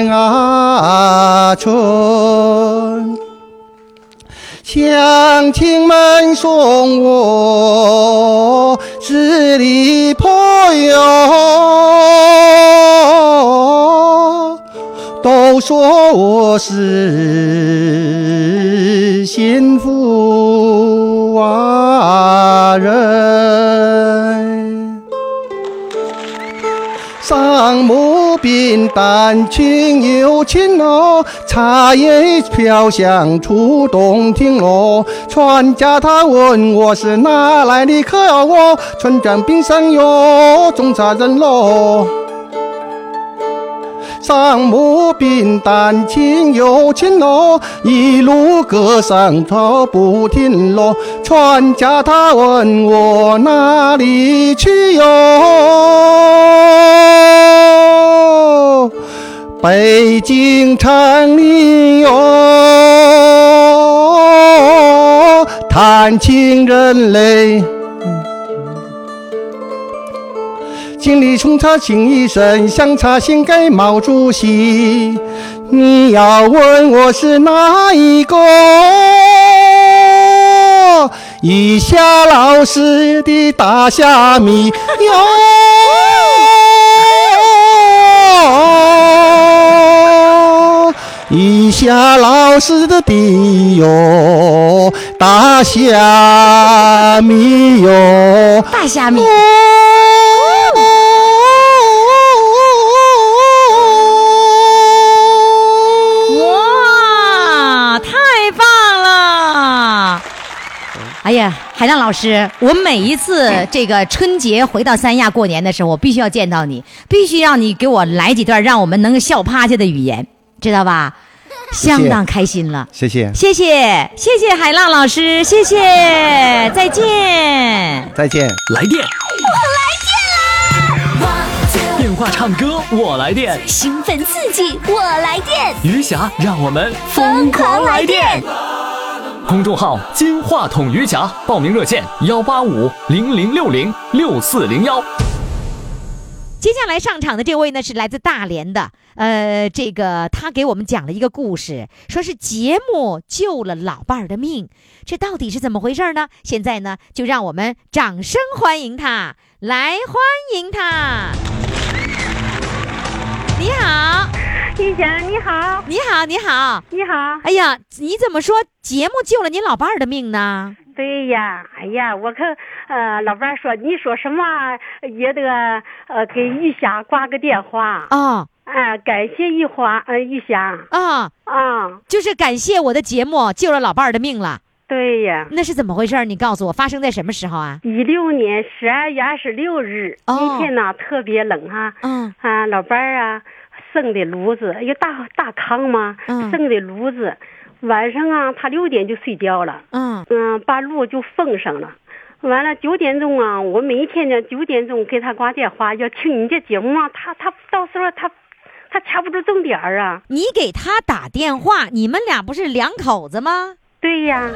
[SPEAKER 8] 啊村。乡亲们送我十里坡哟，都说我是幸福啊人。上母饼蛋清又清喽，茶叶飘香出洞庭喽。船家他问我是哪来的客哦，村长冰山哟，种茶人喽。上母饼蛋清又清喽，一路歌声吵不停喽。船家他问我哪里去哟？北京城里哟，弹琴人嘞。千里送茶情一身，香茶献给毛主席。你要问我是哪一个？以下老师的大虾米哟，以下老师的的哟，大虾米哟。
[SPEAKER 7] 大虾米，哇，太棒了！哎呀，海浪老师，我每一次这个春节回到三亚过年的时候，我必须要见到你，必须让你给我来几段让我们能够笑趴下的语言，知道吧？相当开心了。
[SPEAKER 8] 谢谢，
[SPEAKER 7] 谢谢，谢谢海浪老师，谢谢，再见。
[SPEAKER 8] 再见。
[SPEAKER 1] 来电，电话唱歌我来电，
[SPEAKER 2] 兴奋刺激，我来电！
[SPEAKER 1] 余霞让我们
[SPEAKER 2] 疯狂来电！
[SPEAKER 1] 公众号“金话筒余霞”，报名热线：幺八五零零六零六四零幺。
[SPEAKER 3] 接下来上场的这位呢是来自大连的，呃，这个他给我们讲了一个故事，说是节目救了老伴儿的命，这到底是怎么回事呢？现在呢，就让我们掌声欢迎他，来欢迎他。你好，
[SPEAKER 9] 玉霞，你好，
[SPEAKER 3] 你好，你好，
[SPEAKER 9] 你好。
[SPEAKER 3] 哎呀，你怎么说节目救了你老伴儿的命呢？
[SPEAKER 9] 对呀，哎呀，我可呃，老伴儿说，你说什么也得呃给玉霞挂个电话。
[SPEAKER 3] 啊
[SPEAKER 9] 哎、感谢玉华，呃，玉霞
[SPEAKER 3] 啊，
[SPEAKER 9] 啊，
[SPEAKER 3] 就是感谢我的节目救了老伴儿的命了，
[SPEAKER 9] 对呀，
[SPEAKER 3] 那是怎么回事儿？你告诉我，发生在什么时候啊？
[SPEAKER 9] 一六年十二月二十六日、
[SPEAKER 3] 哦
[SPEAKER 9] 那天呢，特别冷哈、
[SPEAKER 3] 嗯
[SPEAKER 9] 啊，老伴儿啊，生的炉子，一个大大炕嘛，
[SPEAKER 3] 嗯
[SPEAKER 9] 生的炉子，晚上啊，他六点就睡觉了。
[SPEAKER 3] 嗯
[SPEAKER 9] 嗯，把路就封上了。完了九点钟啊，我每一天呢九点钟给他挂电话，要听你这节目啊，他他到时候他他掐不住重点儿啊。
[SPEAKER 3] 你给他打电话，你们俩不是两口子吗？
[SPEAKER 9] 对呀，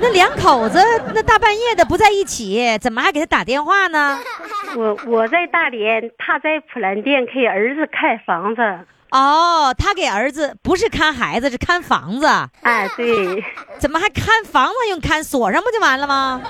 [SPEAKER 3] 那两口子那大半夜的不在一起，怎么还给他打电话呢？
[SPEAKER 9] 我我在大连，他在普兰店给儿子看房子。
[SPEAKER 3] 哦，他给儿子不是看孩子，是看房子，
[SPEAKER 9] 哎，对，
[SPEAKER 3] 怎么还看房子用看锁上不就完了吗？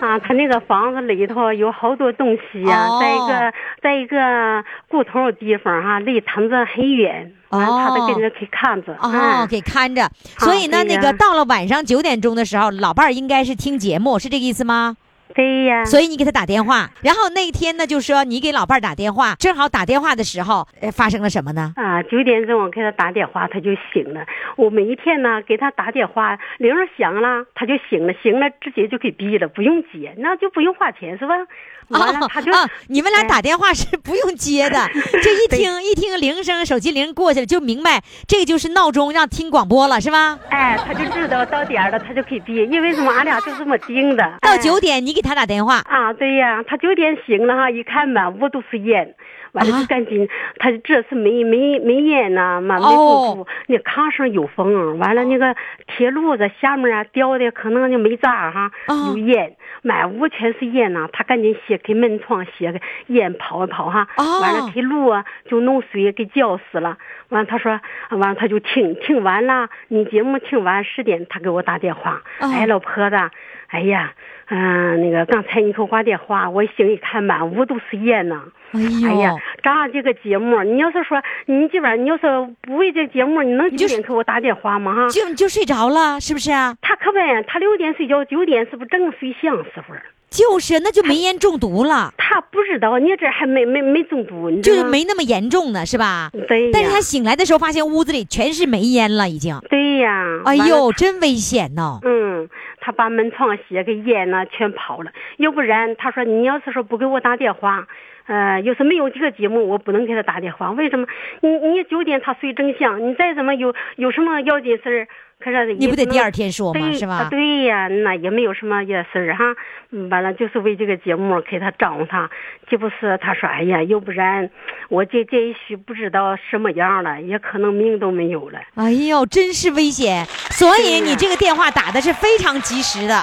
[SPEAKER 9] 啊，他那个房子里头有好多东西呀、
[SPEAKER 3] 哦
[SPEAKER 9] 在一个在一个固头的地方哈、离城子很远，完、
[SPEAKER 3] 哦
[SPEAKER 9] 他都跟着去看着。
[SPEAKER 3] 哦，
[SPEAKER 9] 嗯
[SPEAKER 3] 给看着。所以呢，
[SPEAKER 9] 对
[SPEAKER 3] 那
[SPEAKER 9] 呀
[SPEAKER 3] 个到了晚上九点钟的时候，老伴儿应该是听节目，是这个意思吗？
[SPEAKER 9] 对呀。
[SPEAKER 3] 所以你给他打电话，然后那天呢，就说你给老伴儿打电话，正好打电话的时候，呃，发生了什么呢？
[SPEAKER 9] 啊，九点钟我给他打电话，他就醒了。我每一天呢给他打电话，铃儿响了，他就醒了，醒了直接就给毙了，不用接，那就不用花钱是吧？完了，他就、
[SPEAKER 3] 啊，你们俩
[SPEAKER 9] 哎
[SPEAKER 3] 打电话是不用接的， 这一听一听铃声，手机铃过去了就明白，这个就是闹钟让听广播了，是吧？
[SPEAKER 9] 哎，他就知道到点儿了，他就给毙，因为什么？俺俩就这么定的。
[SPEAKER 3] 到
[SPEAKER 9] 哎
[SPEAKER 3] 九点你给他打电话，
[SPEAKER 9] 啊，对呀，他九点醒了哈，一看满屋都是烟，完了
[SPEAKER 3] 啊
[SPEAKER 9] 就赶紧，他这次没没没烟呐、满屋
[SPEAKER 3] 哦
[SPEAKER 9] 都是，那炕上有风，完了那个铁路子下面啊掉的可能就没炸哈，
[SPEAKER 3] 啊
[SPEAKER 9] 有烟，满屋全是烟呐、他赶紧写给门窗写个烟跑一跑哈，
[SPEAKER 3] 哦
[SPEAKER 9] 完了给路啊就弄水给浇死了，完了他说，啊完了他就听听完了，你节目听完十点他给我打电话，
[SPEAKER 3] 哦
[SPEAKER 9] 哎老婆子，哎呀。嗯、那个刚才你给我挂电话，我一醒一看满屋都是烟呐。
[SPEAKER 3] 哎
[SPEAKER 9] 哎呀
[SPEAKER 3] 呦，，
[SPEAKER 9] 咱俩这个节目，你要是说你今晚你要是不为这节目，你能
[SPEAKER 3] 你
[SPEAKER 9] 几
[SPEAKER 3] 就是
[SPEAKER 9] 点给我打电话吗？哈，
[SPEAKER 3] 就就睡着了，是不是啊？
[SPEAKER 9] 他可不，他六点睡觉，九点是不是正睡香时候儿？
[SPEAKER 3] 就是，那就没烟中毒了，
[SPEAKER 9] 他不知道，你这还没没没中毒，你知
[SPEAKER 3] 就是
[SPEAKER 9] 道吗哎
[SPEAKER 3] 没那么严重呢，是吧？
[SPEAKER 9] 对呀，
[SPEAKER 3] 但是他醒来的时候，发现屋子里全是煤烟了，已经。
[SPEAKER 9] 对呀，
[SPEAKER 3] 哎
[SPEAKER 9] 完了
[SPEAKER 3] 呦，真危险呐！
[SPEAKER 9] 嗯，他把门窗鞋给烟呐全跑了，要不然他说你要是说不给我打电话，呃，要是没有这个节目，我不能给他打电话。为什么？你你九点他睡正香，你再怎么有有什么要紧事儿，可是
[SPEAKER 3] 你不得第二
[SPEAKER 9] 天
[SPEAKER 3] 天说吗？是吧？
[SPEAKER 9] 对呀，那也没有什么也事儿哈。嗯完了就是为这个节目给他招呼他，这不是他说哎呀，要不然我这这一宿不知道什么样了，也可能命都没有了。
[SPEAKER 3] 哎呦，真是危险！所以
[SPEAKER 9] 哎对呀
[SPEAKER 3] 你这个电话打的是非常及时的。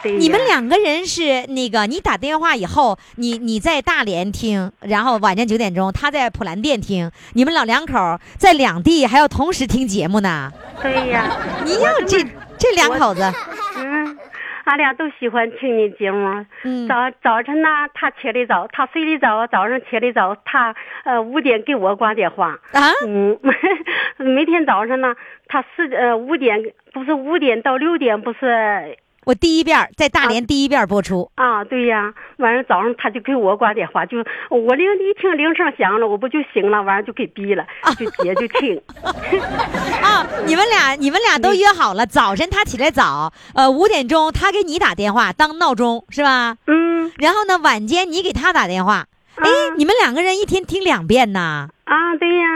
[SPEAKER 9] 对
[SPEAKER 3] 你们
[SPEAKER 9] 呀
[SPEAKER 3] 两个人是那个，你打电话以后，你你在大连听，然后晚上九点钟他在普兰店听，你们老两口儿在两地还要同时听节目呢。
[SPEAKER 9] 对呀，
[SPEAKER 3] 你要这这两口子，
[SPEAKER 9] 嗯，俺俩都喜欢听你节目。
[SPEAKER 3] 嗯
[SPEAKER 9] 早早晨呢，他起得早，他睡得早，啊早上起得早，他呃五点给我挂电话。
[SPEAKER 3] 啊，
[SPEAKER 9] 嗯， 每天早上呢，他四呃五点不是五点到六点不是
[SPEAKER 3] 我第一遍儿在大连第一遍儿播出，
[SPEAKER 9] 啊？对呀，完了早上他就给我挂电话，就我铃一听铃声响了，我不就醒了，完了就给逼了，就接就听。
[SPEAKER 3] 啊，
[SPEAKER 9] 嗯
[SPEAKER 3] 你们俩你们俩都约好了，早晨他起来早，呃五点钟他给你打电话当闹钟是吧？
[SPEAKER 9] 嗯
[SPEAKER 3] 然后呢晚间你给他打电话，哎，你们两个人一天听两遍呐。
[SPEAKER 9] 啊，对呀。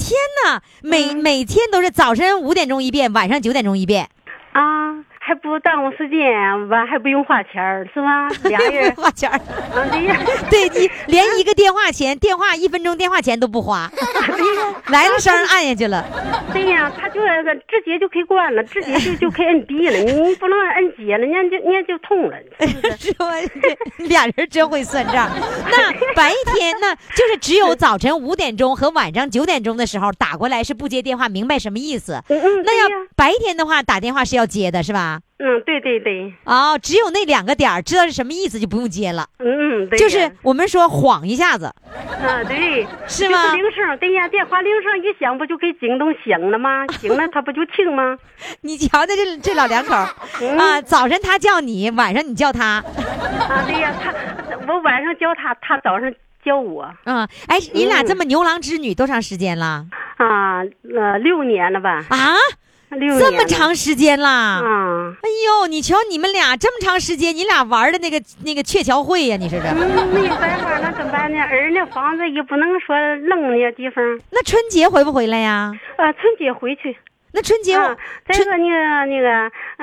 [SPEAKER 3] 天呐，每、
[SPEAKER 9] 嗯
[SPEAKER 3] 每天都是早晨五点钟一遍，晚上九点钟一遍，
[SPEAKER 9] 啊，还不耽误时间，完还不用花钱儿，是吧？俩 人
[SPEAKER 3] 花钱儿。
[SPEAKER 9] 啊，对呀，
[SPEAKER 3] 对你连一个电话钱，电话一分钟电话钱都不花，
[SPEAKER 9] 哎
[SPEAKER 3] 来了声儿按下去了。
[SPEAKER 9] 对呀，他就那个直接就可以关了，直接就就可以摁闭 了，你你不能摁接了，人家就人家就痛了。
[SPEAKER 3] 说这俩人真会算账。那白天那就是只有早晨五点钟和晚上九点钟的时候打过来是不接电话，明白什么意思？
[SPEAKER 9] 嗯嗯，
[SPEAKER 3] 那
[SPEAKER 9] 对
[SPEAKER 3] 要
[SPEAKER 9] 呀
[SPEAKER 3] 白天的话打电话是要接的，是吧？
[SPEAKER 9] 嗯，对对对，
[SPEAKER 3] 哦，只有那两个点儿知道是什么意思就不用接了，
[SPEAKER 9] 嗯嗯，对呀
[SPEAKER 3] 就是我们说晃一下 子，
[SPEAKER 9] 啊，对，
[SPEAKER 3] 是吗
[SPEAKER 9] 就是铃声，对呀，电话铃声一响，不就给警动醒了吗？醒了，他不就 听吗？
[SPEAKER 3] 你瞧瞧这这老两口儿
[SPEAKER 9] 嗯
[SPEAKER 3] 啊，早晨他叫你，晚上你叫他，
[SPEAKER 9] 啊，对呀，他我晚上教他，他早上教我
[SPEAKER 3] 嗯，哎，你俩这么牛郎织女多长时间了？
[SPEAKER 9] 啊，呃，六年了吧，
[SPEAKER 3] 啊，
[SPEAKER 9] 六年
[SPEAKER 3] 这么
[SPEAKER 9] 了
[SPEAKER 3] 长时间啦！
[SPEAKER 9] 啊。
[SPEAKER 3] 哎呦，你瞧你们俩这么长时间，你俩玩的那个那个鹊桥会呀、你是这？
[SPEAKER 9] 嗯，没有办法，那怎么办呢？儿那房子也不能说扔那地方，
[SPEAKER 3] 那春节回不回来呀？
[SPEAKER 9] 呃，春节回去。
[SPEAKER 3] 那春节
[SPEAKER 9] 啊
[SPEAKER 3] 我，
[SPEAKER 9] 再一个那个那个，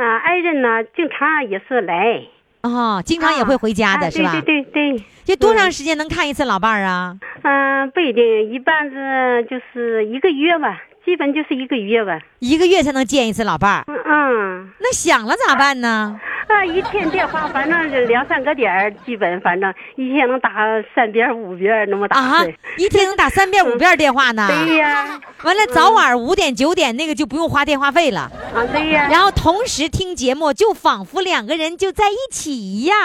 [SPEAKER 9] 啊，爱人呢，经常也是来，
[SPEAKER 3] 哦，经常也会回家
[SPEAKER 9] 嗯啊
[SPEAKER 3] 的是吧？
[SPEAKER 9] 对对对对，
[SPEAKER 3] 这多长时间能看一次老伴儿啊？
[SPEAKER 9] 嗯、不一定，一般是就是一个月吧，基本就是一个月吧。
[SPEAKER 3] 一个月才能见一次老伴儿，
[SPEAKER 9] 嗯嗯，
[SPEAKER 3] 那想了咋办呢？
[SPEAKER 9] 啊，一天电话反正是两三个点儿，基本反正一天能打三遍五遍那么打。
[SPEAKER 3] 啊
[SPEAKER 9] 对，嗯
[SPEAKER 3] 一天能打三遍五遍电话呢？
[SPEAKER 9] 对呀，嗯
[SPEAKER 3] 完了，早晚五点九点那个就不用花电话费了，
[SPEAKER 9] 啊对呀，
[SPEAKER 3] 然后同时听节目，就仿佛两个人就在一起一样。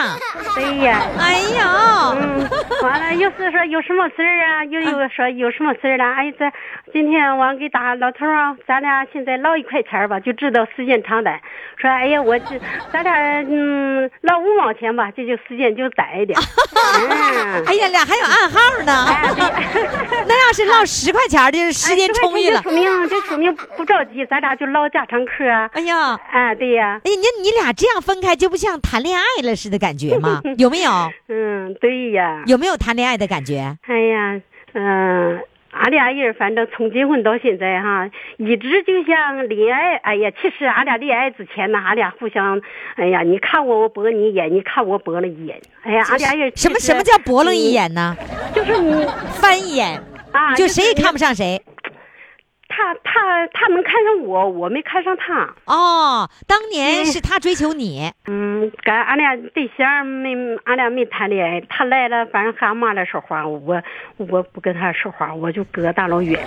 [SPEAKER 9] 对呀。
[SPEAKER 3] 哎呦，
[SPEAKER 9] 嗯，完了，又是说有什么事儿啊？又有说有什么事儿了？哎，这今天我给打老头儿啊，咱俩现在唠一块钱儿吧，就知道时间长短。说哎呀，我这咱俩嗯唠五毛钱吧，这就时间就短一点。 嗯，
[SPEAKER 3] 哎呀，俩还有暗号
[SPEAKER 9] 哎对
[SPEAKER 3] 呢。 那要是落十块钱儿，就是时间充裕了
[SPEAKER 9] 哎这。说明这说明不着急，咱俩就唠家常嗑啊。
[SPEAKER 3] 哎呀，
[SPEAKER 9] 啊，对呀，
[SPEAKER 3] 哎呀，你你俩这样分开，就不像谈恋爱了似的感觉吗？有没有？
[SPEAKER 9] 嗯，对呀，
[SPEAKER 3] 有没有谈恋爱的感觉？
[SPEAKER 9] 哎呀，嗯、俺俩人反正从结婚到现在哈，一直就像恋爱。哎呀，其实俺俩恋爱之前呢，俺俩互相，哎呀，你看我，我驳你一眼，你看我驳了一眼。哎呀，俺俩人
[SPEAKER 3] 什么
[SPEAKER 9] 其实
[SPEAKER 3] 什么叫博楞一？眼呢？
[SPEAKER 9] 嗯就是你
[SPEAKER 3] 翻一眼，
[SPEAKER 9] 啊，
[SPEAKER 3] 就谁也看不
[SPEAKER 9] 上
[SPEAKER 3] 上谁。
[SPEAKER 9] 他，他他能看上我，我没看上他。
[SPEAKER 3] 哦，当年是他追求你，
[SPEAKER 9] 嗯，赶俺俩对象没，俺俩没谈恋爱。他来了，反正和俺妈来说话，我我不跟他说话，我就隔大老远。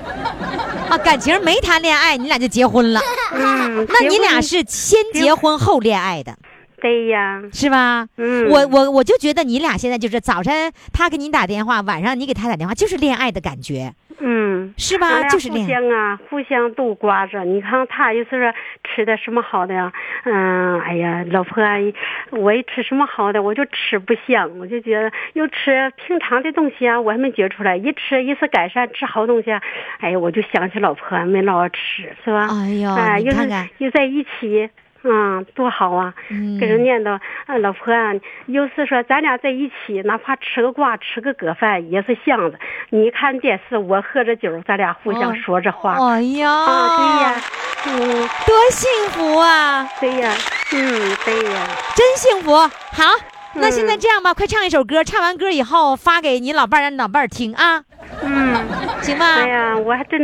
[SPEAKER 3] 啊，感情没谈恋爱，你俩就结 婚了。
[SPEAKER 9] 嗯，
[SPEAKER 3] 那你
[SPEAKER 9] 结婚
[SPEAKER 3] 俩是先结婚后恋爱的，
[SPEAKER 9] 对呀。
[SPEAKER 3] 是吧？
[SPEAKER 9] 嗯
[SPEAKER 3] 我我我就觉得你俩现在就是早晨他给你打电话，晚上你给他打电话，就是恋爱的感觉，
[SPEAKER 9] 嗯，
[SPEAKER 3] 是
[SPEAKER 9] 俺
[SPEAKER 3] 吧？
[SPEAKER 9] 俩
[SPEAKER 3] 就是
[SPEAKER 9] 互
[SPEAKER 3] 恋爱。
[SPEAKER 9] 相啊，互相都瓜着。你看他就是说吃的什么好的呀、嗯，哎呀，老婆啊，我一吃什么好的，我就吃不香，我就觉得又吃平常的东西啊，我还没觉出来。一吃一次改善，吃好东西、啊，哎呀，我就想起老婆啊没老吃，是吧？
[SPEAKER 3] 哎呦
[SPEAKER 9] 啊，
[SPEAKER 3] 你
[SPEAKER 9] 又是
[SPEAKER 3] 看嗯看
[SPEAKER 9] 又在一起。嗯，多好啊！给人念叨，啊，老婆啊，又是说咱俩在一起，哪怕吃个瓜，吃个葛饭也是香的。你看电视，我喝着酒，咱俩互相说着话。
[SPEAKER 3] 哎呀，
[SPEAKER 9] 啊，对
[SPEAKER 3] 哦
[SPEAKER 9] 呀，嗯，
[SPEAKER 3] 多幸福啊，
[SPEAKER 9] 对呀，嗯，对呀，
[SPEAKER 3] 真幸福。
[SPEAKER 9] 嗯
[SPEAKER 3] 好，那现在这样吧，快唱一首歌，唱完歌以后发给你老伴儿，让你老伴儿听啊。行吗？
[SPEAKER 9] 哎呀，我还真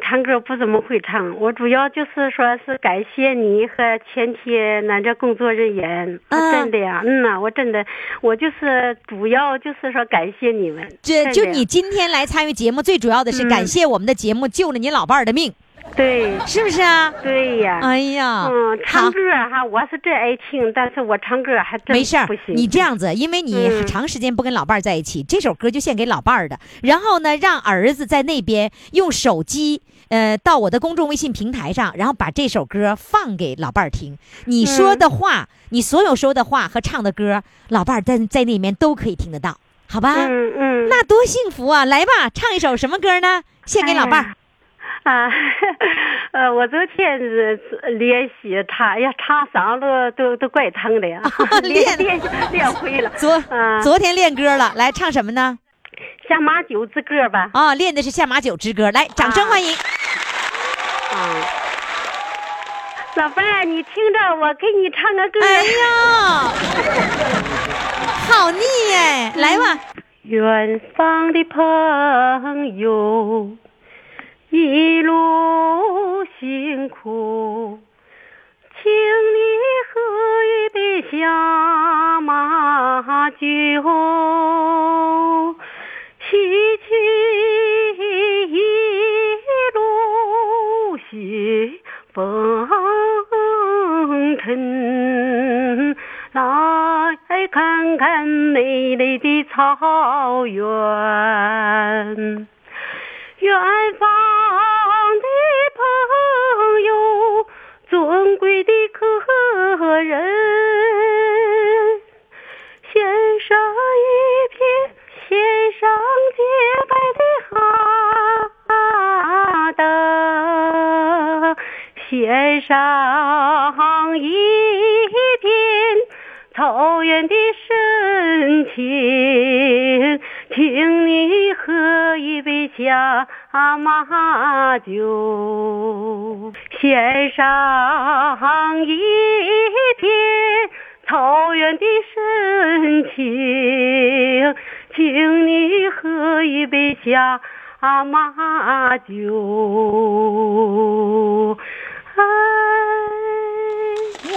[SPEAKER 9] 唱歌不怎么会唱，我主要就是说是感谢你和全体咱这工作人员，我
[SPEAKER 3] 嗯
[SPEAKER 9] 真的呀，嗯呐、我真的，我就是主要就是说感谢你们，
[SPEAKER 3] 这
[SPEAKER 9] 真
[SPEAKER 3] 就
[SPEAKER 9] 的
[SPEAKER 3] 你今天来参与节目，最主要的
[SPEAKER 9] 嗯
[SPEAKER 3] 是感谢我们的节目救了你老伴儿的命，
[SPEAKER 9] 对
[SPEAKER 3] 是不是啊？
[SPEAKER 9] 对呀，
[SPEAKER 3] 哎呀，
[SPEAKER 9] 嗯，
[SPEAKER 3] 好
[SPEAKER 9] 唱歌儿哈，我是真爱听，但是我唱歌儿还真
[SPEAKER 3] 没事儿
[SPEAKER 9] 不，行，
[SPEAKER 3] 你这样子，因为你
[SPEAKER 9] 嗯
[SPEAKER 3] 长时间不跟老伴儿在一起，这首歌就献给老伴儿的。然后呢，让儿子在那边用手机，呃，到我的公众微信平台上，然后把这首歌放给老伴儿听。你说的话，你所有说的话和唱的歌，老伴儿在在那边都可以听得到，好吧？
[SPEAKER 9] 嗯嗯，
[SPEAKER 3] 那多幸福啊！来吧，唱一首什么歌呢？献给老伴儿。，
[SPEAKER 9] 啊， 呃，我昨天是练习唱，哎呀，唱嗓子都都怪疼的呀 练
[SPEAKER 3] 啊练
[SPEAKER 9] 练练会了。
[SPEAKER 3] 昨
[SPEAKER 9] 嗯
[SPEAKER 3] 昨天练歌了，来唱什么呢？
[SPEAKER 9] 下马九之歌吧。
[SPEAKER 3] 啊，练的是下马酒之歌，来，掌声欢迎。
[SPEAKER 9] 啊，老伴儿，你听着，我给你唱个歌。
[SPEAKER 3] 哎呀，好腻哎！来吧，
[SPEAKER 9] 远方的朋友，一路辛苦，请你喝一杯下马酒，洗去一路血风尘。来看看美丽的草原。远方的朋友，尊贵的客人，献上一片献上洁白的哈达，献上一片草原的深情，请你喝一杯下马酒，献上一片草原的深情，请你喝一杯下马酒。哎，嗯
[SPEAKER 3] 哇，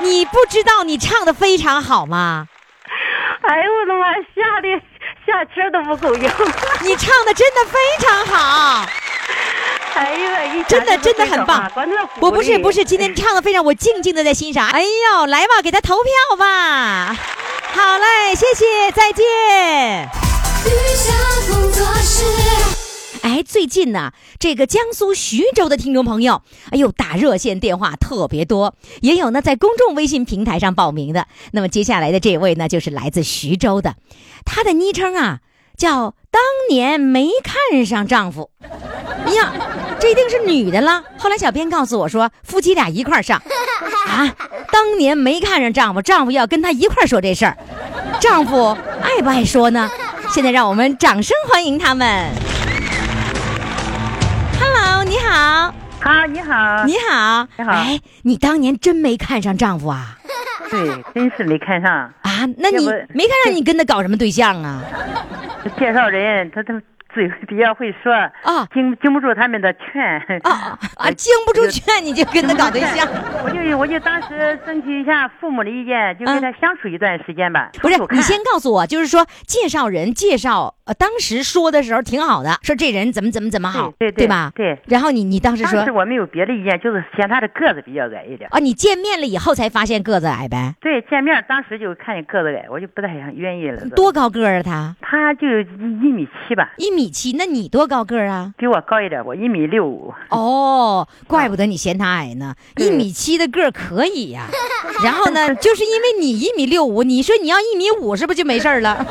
[SPEAKER 3] 你不知道你唱的非常好吗？
[SPEAKER 9] 哎呦我的妈，吓得下气儿都不够用。
[SPEAKER 3] 你唱的真的非常 好，
[SPEAKER 9] 哎呀，一
[SPEAKER 3] 真的
[SPEAKER 9] 想
[SPEAKER 3] 真
[SPEAKER 9] 就
[SPEAKER 3] 的
[SPEAKER 9] 不会
[SPEAKER 3] 很
[SPEAKER 9] 走
[SPEAKER 3] 棒
[SPEAKER 9] 啊光那
[SPEAKER 3] 我不
[SPEAKER 9] 鼓
[SPEAKER 3] 是
[SPEAKER 9] 励
[SPEAKER 3] 不是，今 天唱的非常，我静静的在欣赏。哎呦，来吧，给他投票吧。好嘞，谢谢，再见。
[SPEAKER 5] 雨下工作室，
[SPEAKER 3] 哎，最近呢、这个江苏徐州的听众朋友，哎呦，打热线电话特别多，也有呢在公众微信平台上报名的。那么接下来的这位呢，就是来自徐州的，他的昵称啊叫“当年没看上丈夫”。哎呀，这一定是女的了。后来小编告诉我说，夫妻俩一块儿上，啊，当年没看上丈夫，丈夫要跟她一块儿说这事儿，丈夫爱不爱说呢？现在让我们掌声欢迎他们。Hello，你好，
[SPEAKER 6] 好，你好，
[SPEAKER 3] 你好，
[SPEAKER 6] 啊你好
[SPEAKER 3] 哎，你当年真没看上丈夫啊？
[SPEAKER 6] 对，真是没看上，
[SPEAKER 3] 啊，那你
[SPEAKER 6] 要不
[SPEAKER 3] 没看上你跟他搞什么对象啊？
[SPEAKER 6] 介绍人他他嘴比较会说，
[SPEAKER 3] 啊
[SPEAKER 6] 经经不住他们的劝。
[SPEAKER 3] 啊啊 啊！经不住劝你就跟他搞对象，
[SPEAKER 6] 我就我就当时征求一下父母的意见，就跟他相处一段时间吧。
[SPEAKER 3] 嗯不是
[SPEAKER 6] 处处？看
[SPEAKER 3] 你先告诉我，就是说介绍人介绍，呃，当时说的时候挺好的，说这人怎么怎么怎么好，
[SPEAKER 6] 对对对
[SPEAKER 3] 吧？
[SPEAKER 6] 对
[SPEAKER 3] 然后你你当时
[SPEAKER 6] 当
[SPEAKER 3] 说
[SPEAKER 6] 时我没有别的意见，就是嫌他的个子比较矮一点。
[SPEAKER 3] 啊，你见面了以后才发现个子矮呗？
[SPEAKER 6] 对，见面当时就看见个子矮，我就不太想愿意了。
[SPEAKER 3] 多高个儿啊他？
[SPEAKER 6] 他就一米七吧，
[SPEAKER 3] 一米七，那你多高个儿啊？
[SPEAKER 6] 比我高一点，我一米六 五。
[SPEAKER 3] 哦，怪不得你嫌他矮呢，一米七的个儿可以 呀、然后呢，就是因为你一米六五，你说你要一米五，是不是就没事儿 了？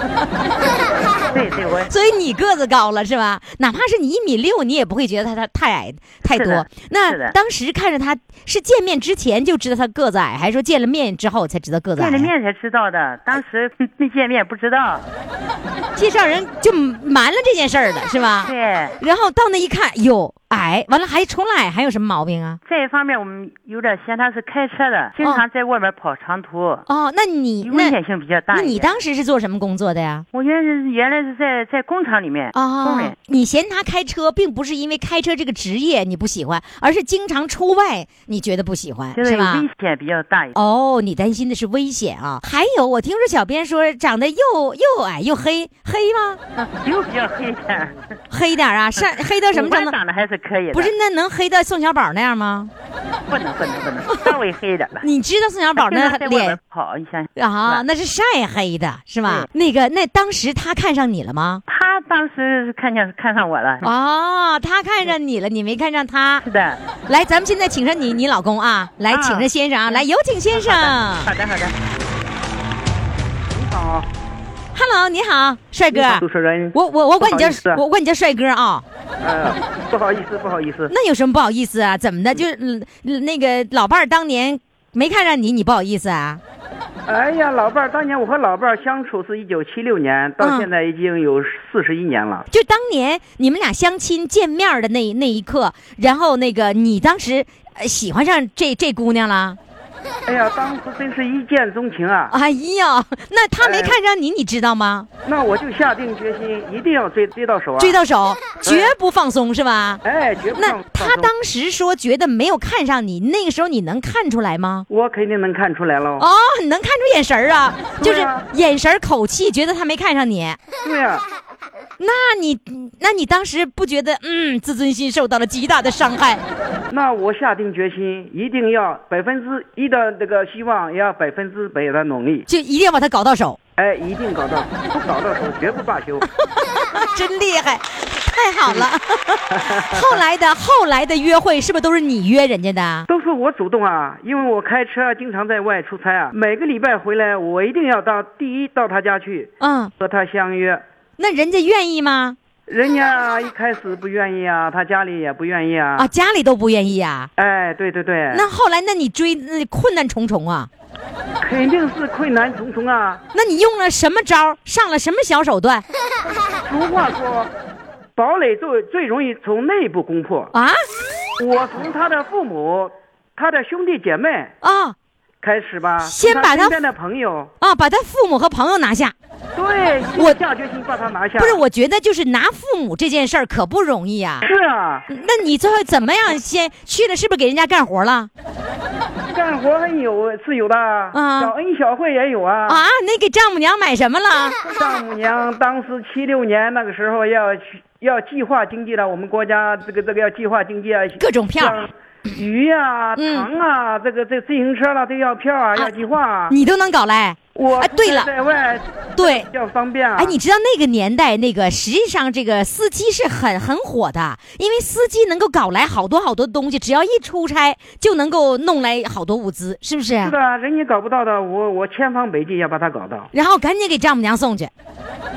[SPEAKER 6] 对 对，我
[SPEAKER 3] 所以你个子高了是吧？哪怕是你一米六，你也不会觉得他他太矮太
[SPEAKER 6] 是
[SPEAKER 3] 多
[SPEAKER 6] 的。是
[SPEAKER 3] 那
[SPEAKER 6] 的
[SPEAKER 3] 当时看着他是见面之前就知道他个子矮，还是说见了面之后才知道个子矮？
[SPEAKER 6] 见了面才知道的，当时 没见面不知道。
[SPEAKER 3] 介绍人就瞒了这件事儿了是吧？
[SPEAKER 6] 对，
[SPEAKER 3] 然后到那一看，哟，矮，完了还除了矮还有什么毛病啊？
[SPEAKER 9] 这一方面我们有点嫌他是开车的，经常在外面跑长途，
[SPEAKER 3] 哦，那你
[SPEAKER 9] 危
[SPEAKER 3] 那
[SPEAKER 9] 险性比较大一
[SPEAKER 3] 那
[SPEAKER 9] 点。
[SPEAKER 3] 你当时是做什么工作的呀？
[SPEAKER 9] 我原来是原来是在在工厂里面，工
[SPEAKER 3] 啊
[SPEAKER 9] 人，
[SPEAKER 3] 你嫌他开车，并不是因为开车这个职业你不喜欢，而是经常出外你觉得不喜欢，
[SPEAKER 9] 觉得
[SPEAKER 3] 是
[SPEAKER 9] 有
[SPEAKER 3] 吧？
[SPEAKER 9] 危险比较大一点。
[SPEAKER 3] 哦，你担心的是危险啊！还有，我听说小编说长得又又矮又黑，黑吗？
[SPEAKER 9] 就比较黑一 点，
[SPEAKER 3] 黑点儿 啊，上黑到什么
[SPEAKER 9] 五官
[SPEAKER 3] 程度？
[SPEAKER 9] 长得还是可以的，
[SPEAKER 3] 不是，那能黑到宋小宝那样吗？
[SPEAKER 9] 不能不能不能， 稍微黑一点吧。
[SPEAKER 3] 你知道宋小宝
[SPEAKER 9] 经
[SPEAKER 3] 那
[SPEAKER 9] 常在外
[SPEAKER 3] 脸
[SPEAKER 9] 面跑，你想想
[SPEAKER 3] 啊，
[SPEAKER 9] 是吧
[SPEAKER 3] 那是晒黑的，是吧？那个，那当时他看上你了吗？
[SPEAKER 9] 他当时是看见看上我了，
[SPEAKER 3] 哦，他看上你了，你没看上他
[SPEAKER 9] 是。的，
[SPEAKER 3] 来，咱们现在请上你，你老公啊，来，
[SPEAKER 9] 啊
[SPEAKER 3] 请上先生啊，来，有请先生。
[SPEAKER 9] 好的好的。你好，
[SPEAKER 3] Hello，你好，帅哥
[SPEAKER 10] 你。好主持人，
[SPEAKER 3] 我我我管你叫
[SPEAKER 10] 不好意思啊
[SPEAKER 3] 我管你叫帅哥啊。
[SPEAKER 10] 呃，不好意思，不好意思，
[SPEAKER 3] 那有什么不好意思啊？怎么的？就是嗯嗯那个老伴儿当年没看上你，你不好意思啊？
[SPEAKER 10] 哎呀，老伴儿，当年我和老伴儿相处是一九七六年，
[SPEAKER 3] 嗯
[SPEAKER 10] 到现在已经有四十一年了。
[SPEAKER 3] 就当年你们俩相亲见面儿的那那一刻，然后那个你当时呃喜欢上这这姑娘了？
[SPEAKER 10] 哎呀，当时真是一见钟情啊！
[SPEAKER 3] 哎呀，那她
[SPEAKER 10] 哎
[SPEAKER 3] 没看上你，你知道吗？
[SPEAKER 10] 那我就下定决心，一定要追追到手啊！
[SPEAKER 3] 追，到手，绝不放松是吧？
[SPEAKER 10] 哎，绝不
[SPEAKER 3] 那
[SPEAKER 10] 放
[SPEAKER 3] 她
[SPEAKER 10] 放松
[SPEAKER 3] 当时说觉得没有看上你，那个时候你能看出来吗？
[SPEAKER 10] 我肯定能看出来喽。
[SPEAKER 3] 哦，你能看出眼神儿啊，就
[SPEAKER 10] 对
[SPEAKER 3] 是
[SPEAKER 10] 啊
[SPEAKER 3] 眼神儿、口气，觉得她没看上你。
[SPEAKER 10] 对呀、
[SPEAKER 3] 那你，那你当时不觉得，嗯，自尊心受到了极大的伤害？
[SPEAKER 10] 那我下定决心，一定要百分之一的这个希望，也要百分之百的努力。
[SPEAKER 3] 就一定要把他搞到手，
[SPEAKER 10] 哎，一定搞到，不搞到手绝不罢休。
[SPEAKER 3] 真厉害，太好 了。后来的后来的约会是不是都是你约人家的？
[SPEAKER 10] 都说我主动啊，因为我开车经常在外出差啊，每个礼拜回来我一定要到第一到他家去
[SPEAKER 3] 嗯，
[SPEAKER 10] 和他相约。
[SPEAKER 3] 那人家愿意吗？
[SPEAKER 10] 人家一开始不愿意啊，他家里也不愿意啊。
[SPEAKER 3] 啊，家里都不愿意啊。
[SPEAKER 10] 哎，对对对，
[SPEAKER 3] 那后来，那你追那困难重重啊？
[SPEAKER 10] 肯定是困难重重啊。
[SPEAKER 3] 那你用了什么招儿？上了什么小手段
[SPEAKER 10] 俗话说，堡垒最最容易从内部攻破。
[SPEAKER 3] 啊？
[SPEAKER 10] 我从他的父母、他的兄弟姐妹
[SPEAKER 3] 啊
[SPEAKER 10] 开始吧，
[SPEAKER 3] 先
[SPEAKER 10] 从
[SPEAKER 3] 把他
[SPEAKER 10] 身边的朋友，
[SPEAKER 3] 啊！把他父母和朋友拿下。
[SPEAKER 10] 对，一定
[SPEAKER 3] 我
[SPEAKER 10] 下决心把他拿下。
[SPEAKER 3] 不是，我觉得就是拿父母这件事儿可不容易啊。
[SPEAKER 10] 是啊，
[SPEAKER 3] 那你最后怎么样？先去了是不是给人家干活了
[SPEAKER 10] 干活很有是有的，
[SPEAKER 3] 啊
[SPEAKER 10] 小恩小惠也有啊。
[SPEAKER 3] 啊？那给丈母娘买什么了？
[SPEAKER 10] 丈母娘当时七六年那个时候要去要计划经济了，我们国家这个这个要计划经济啊，
[SPEAKER 3] 各种票
[SPEAKER 10] 像鱼呀、
[SPEAKER 3] 嗯
[SPEAKER 10] 糖啊，这个这自行车了都要票啊，要计划啊。
[SPEAKER 3] 你都能搞来？
[SPEAKER 10] 我
[SPEAKER 3] 哎对了
[SPEAKER 10] 在外
[SPEAKER 3] 对
[SPEAKER 10] 比。较方便啊。
[SPEAKER 3] 哎，你知道那个年代，那个实际上这个司机是很很火的，因为司机能够搞来好多好多东西，只要一出差就能够弄来好多物资，是不是？
[SPEAKER 10] 是的，人家搞不到的，我我千方百计要把他搞到。
[SPEAKER 3] 然后赶紧给丈母娘送去。
[SPEAKER 10] 啊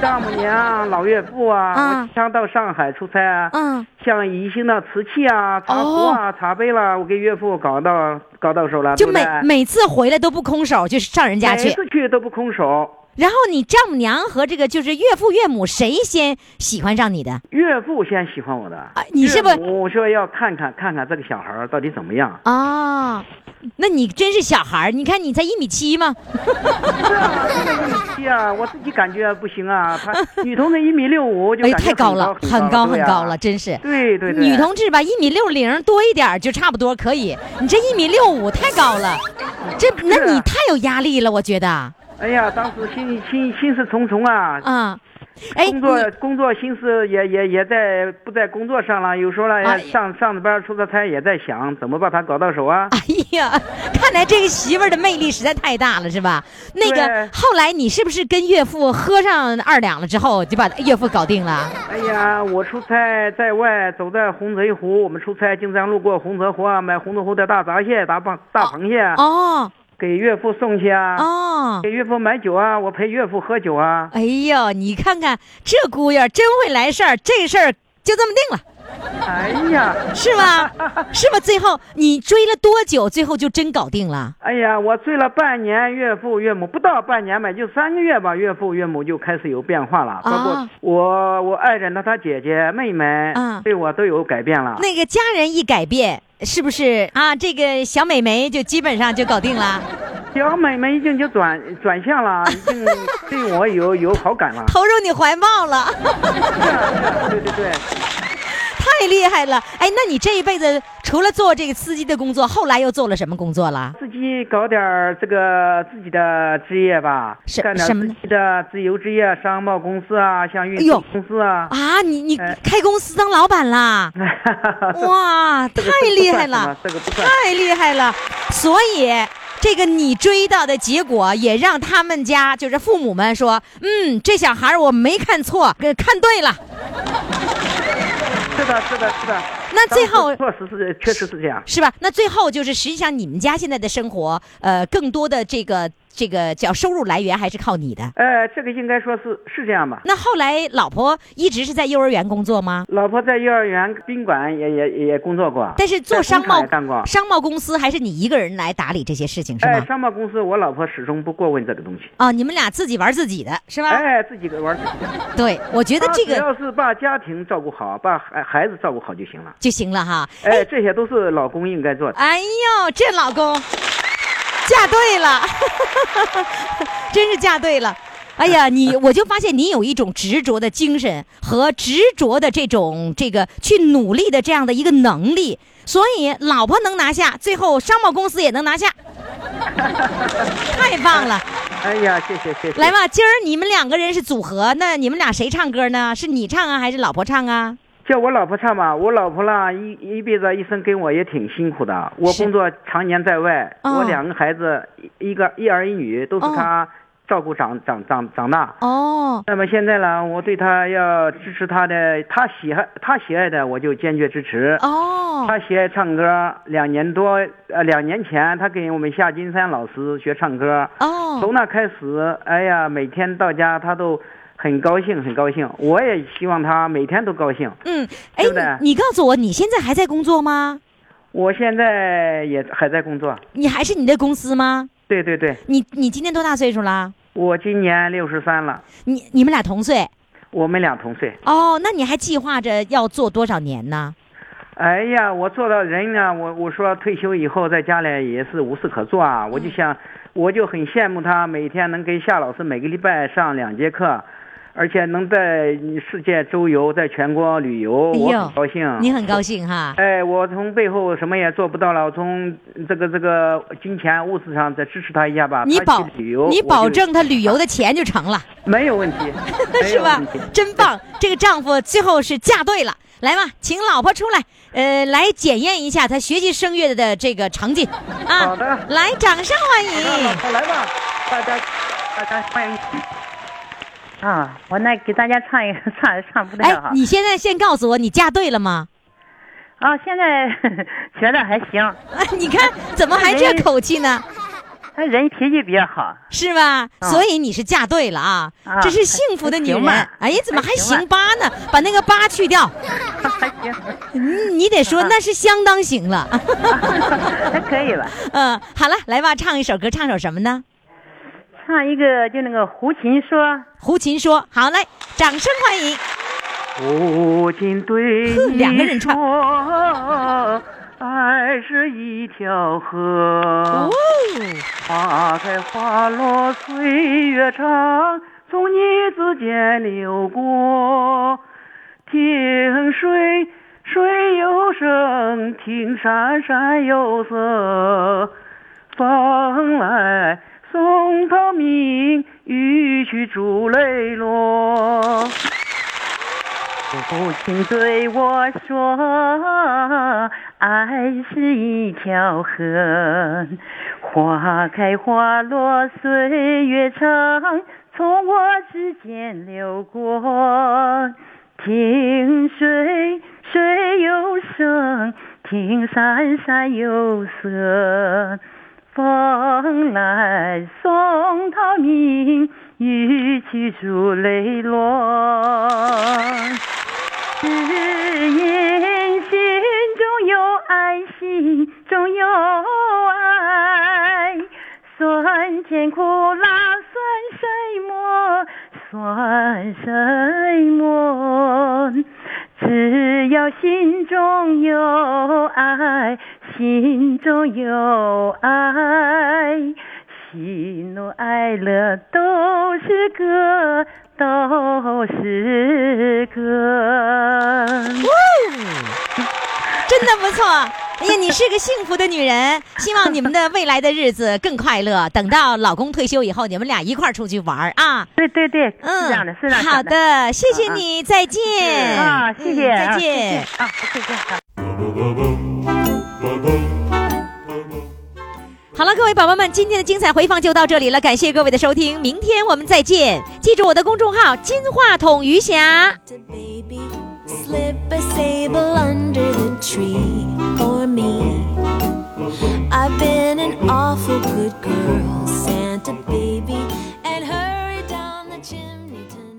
[SPEAKER 10] 丈母娘、老岳父啊，
[SPEAKER 3] 啊
[SPEAKER 10] 我经常到上海出差啊，
[SPEAKER 3] 嗯，哦
[SPEAKER 10] 像宜兴的瓷器啊、茶壶啊、茶杯啦，我给岳父搞到搞到手了，
[SPEAKER 3] 就
[SPEAKER 10] 对不
[SPEAKER 3] 每
[SPEAKER 10] 对
[SPEAKER 3] 每次回来都不空手，就是上人家
[SPEAKER 10] 每
[SPEAKER 3] 去。
[SPEAKER 10] 次去都不空手。
[SPEAKER 3] 然后你丈母娘和这个就是岳父岳母谁先喜欢上你的？
[SPEAKER 10] 岳父先喜欢我的，
[SPEAKER 3] 啊你是不是？
[SPEAKER 10] 岳母说要看看看看这个小孩儿到底怎么样
[SPEAKER 3] 啊，那你真是小孩儿！你看你才一米七嘛，
[SPEAKER 10] 是啊，这个一米七啊，我自己感觉不行啊。 他女同志一米六五，就
[SPEAKER 3] 哎，
[SPEAKER 10] 感觉
[SPEAKER 3] 太高了，很
[SPEAKER 10] 很
[SPEAKER 3] 高
[SPEAKER 10] 对
[SPEAKER 3] 很
[SPEAKER 10] 啊
[SPEAKER 3] 高了，真是。
[SPEAKER 10] 对对对，
[SPEAKER 3] 女同志吧，一米六零多一点儿就差不多可以。你这一米六五太高了，这那
[SPEAKER 10] 啊
[SPEAKER 3] 你太有压力了，我觉得啊。
[SPEAKER 10] 哎呀，当时心心心事重重啊，
[SPEAKER 3] 哎，
[SPEAKER 10] 工
[SPEAKER 3] 你
[SPEAKER 10] 作工作心思也也也在不在工作上了，有时候呢、
[SPEAKER 3] 啊
[SPEAKER 10] 上上着班出着差也在想怎么把他搞到手 啊。
[SPEAKER 3] 哎呀，看来这个媳妇儿的魅力实在太大了，是吧？那个
[SPEAKER 10] 对
[SPEAKER 3] 后来你是不是跟岳父喝上二两了之后，就把岳父搞定了？
[SPEAKER 10] 哎呀，我出差在外，走在红泽湖，我们出差经常路过红泽湖啊，买红泽湖的大闸蟹、大螃大螃蟹啊，
[SPEAKER 3] 哦
[SPEAKER 10] 给岳父送去啊，
[SPEAKER 3] 哦，
[SPEAKER 10] 给岳父买酒啊，我陪岳父喝酒啊。
[SPEAKER 3] 哎呦，你看看这姑爷儿真会来事儿，这事儿就这么定了。
[SPEAKER 10] 哎呀，
[SPEAKER 3] 是 吧？是吧？最后你追了多久？最后就真搞定了？
[SPEAKER 10] 哎呀，我追了半年，岳父岳母不到半年吧，就三个月吧，岳父岳母就开始有变化了，包括我我爱人的他姐姐妹妹，对我都有改变了。
[SPEAKER 3] 那个家人一改变，是不是啊？这个小美眉就基本上就搞定了。
[SPEAKER 10] 小美眉已经就转转向了，已经对我有有好感了，
[SPEAKER 3] 投入你怀抱了。
[SPEAKER 10] 对对对，
[SPEAKER 3] 太厉害了！哎，那你这一辈子除了做这个司机的工作，后来又做了什么工作了？
[SPEAKER 10] 自己搞点儿这个自己的职业吧，干点自己的自由职业，商贸公司啊，像运输公司啊。
[SPEAKER 3] 啊，你你开公司当老板 啦？哇，太厉害了！
[SPEAKER 10] 这个不算，
[SPEAKER 3] 太厉害了！所以。这个你追到的结果，也让他们家就是父母们说，嗯，这小孩我没看错，呃看对了。
[SPEAKER 10] 是的，是的，是的。
[SPEAKER 3] 那最后
[SPEAKER 10] 确实是，确实是这样，
[SPEAKER 3] 是吧？那最后就是，实际上你们家现在的生活，呃，更多的这个这个叫收入来源还是靠你的。
[SPEAKER 10] 呃，这个应该说是是这样吧。
[SPEAKER 3] 那后来老婆一直是在幼儿园工作吗？
[SPEAKER 10] 老婆在幼儿园、宾馆也也也工作过，
[SPEAKER 3] 但是做商贸
[SPEAKER 10] 干过。
[SPEAKER 3] 商贸公司还是你一个人来打理这些事情是吗？
[SPEAKER 10] 哎、呃，商贸公司我老婆始终不过问这个东西。
[SPEAKER 3] 哦，你们俩自己玩自己的是吧？
[SPEAKER 10] 哎，啊哦自己玩自己的。
[SPEAKER 3] 对，我啊觉得这个
[SPEAKER 10] 只要是把家庭照顾好，把孩孩子照顾好就行了。
[SPEAKER 3] 就行了哈，
[SPEAKER 10] 哎，这些都是老公应该做的。
[SPEAKER 3] 哎呦，这老公嫁对了， 真是嫁对了。哎呀，你我就发现你有一种执着的精神和执着的这种这个去努力的这样的一个能力，所以老婆能拿下，最后商贸公司也能拿下， 太棒了。
[SPEAKER 10] 哎呀，谢谢谢 谢。
[SPEAKER 3] 来吧，今儿你们两个人是组合，那你们俩谁唱歌呢？是你唱啊，还是老婆唱啊？
[SPEAKER 10] 叫我老婆唱吧，我老婆啦一一辈子一生跟我也挺辛苦的。我工作常年在外，
[SPEAKER 3] 啊
[SPEAKER 10] 哦、我两个孩子，一个一儿一女都是她照顾长、哦、长长长大。
[SPEAKER 3] 哦。
[SPEAKER 10] 那么现在呢，我对她要支持她的，她喜爱她喜爱的，我就坚决支持。
[SPEAKER 3] 哦。
[SPEAKER 10] 她喜爱唱歌，两年多呃两年前她跟我们夏金山老师学唱歌。
[SPEAKER 3] 哦。
[SPEAKER 10] 从那开始，哎呀，每天到家她都。很高兴，很高兴，我也希望他每天都高兴。
[SPEAKER 3] 嗯，哎，你告诉我，你现在还在工作吗？
[SPEAKER 10] 我现在也还在工作。
[SPEAKER 3] 你还是你的公司吗？
[SPEAKER 10] 对对对。
[SPEAKER 3] 你你今年多大岁数啦？
[SPEAKER 10] 我今年六十三了。
[SPEAKER 3] 你你们俩同岁？
[SPEAKER 10] 我们俩同岁。
[SPEAKER 3] 哦，那你还计划着要做多少年呢？
[SPEAKER 10] 哎呀，我做到人呢，我我说退休以后在家里也是无事可做啊，我就想，嗯、我就很羡慕他每天能跟夏老师每个礼拜上两节课。而且能在世界周游，在全国旅游，哎、我很高兴。
[SPEAKER 3] 你很高兴哈？
[SPEAKER 10] 哎，我从背后什么也做不到了，我从这个这个金钱物质上再支持他一下吧。
[SPEAKER 3] 你保
[SPEAKER 10] 旅游，
[SPEAKER 3] 你保证他旅游的钱就成了，
[SPEAKER 10] 没有问题，
[SPEAKER 3] 是吧？真棒！这个丈夫最后是嫁对了，来吧，请老婆出来，呃，来检验一下他学习声乐的这个成绩
[SPEAKER 10] 啊！好的，
[SPEAKER 3] 来，掌声欢迎！哎
[SPEAKER 10] 好，来吧，大家，大家欢迎。
[SPEAKER 11] 啊，我那给大家唱一个，唱唱不太好。
[SPEAKER 3] 你现在先告诉我，你嫁对了吗？
[SPEAKER 11] 啊，现在觉得还行。
[SPEAKER 3] 啊，你看怎么还这口气呢？
[SPEAKER 11] 他人脾气比较好，
[SPEAKER 3] 是吧？啊、所以你是嫁对了啊，啊这是幸福的女人。哎呀，怎么还行吧呢？把那个八去掉。
[SPEAKER 11] 还行。
[SPEAKER 3] 你你得说、啊、那是相当行了。
[SPEAKER 11] 还可以了。
[SPEAKER 3] 嗯，好了，来吧，唱一首歌，唱首什么呢？
[SPEAKER 11] 唱一个，就那个胡琴说，
[SPEAKER 3] 胡琴说，好嘞，掌声欢迎。
[SPEAKER 10] 胡琴对
[SPEAKER 3] 两个人唱，
[SPEAKER 10] 爱是一条
[SPEAKER 11] 哦
[SPEAKER 3] 哦
[SPEAKER 10] 河，花开花落岁月长，从你指尖流过。听水水有声，听山山有色，风来。松涛鸣，雨去珠泪落。
[SPEAKER 11] 父亲对我说，爱是一条河，花开花落岁月长，从我指尖流过。听水水有声，听山山有色。风来松涛鸣，雨去珠泪落。只因。
[SPEAKER 10] 有爱，酸甜苦辣算什么？算什么？只要心中有爱，心中有爱，喜怒哀乐都是歌，都是歌。
[SPEAKER 3] 嗯真的不错。哎呀，你是个幸福的女人，希望你们的未来的日子更快乐。等到老公退休以后，你们俩一块儿出去玩儿啊！
[SPEAKER 10] 对对对，是这样的，是这样
[SPEAKER 3] 好的，谢谢你，再见
[SPEAKER 10] 啊，谢谢，
[SPEAKER 3] 嗯
[SPEAKER 10] 啊
[SPEAKER 3] 再见。
[SPEAKER 10] 谢谢啊，再见。啊
[SPEAKER 3] 好了，各位宝宝们，今天的精彩回放就到这里了，感谢各位的收听，明天我们再见。记住我的公众号“金话筒余霞”。
[SPEAKER 5] slip a sable under the tree for me. I've been an awful good girl, Santa baby, and hurry down the chimney tonight.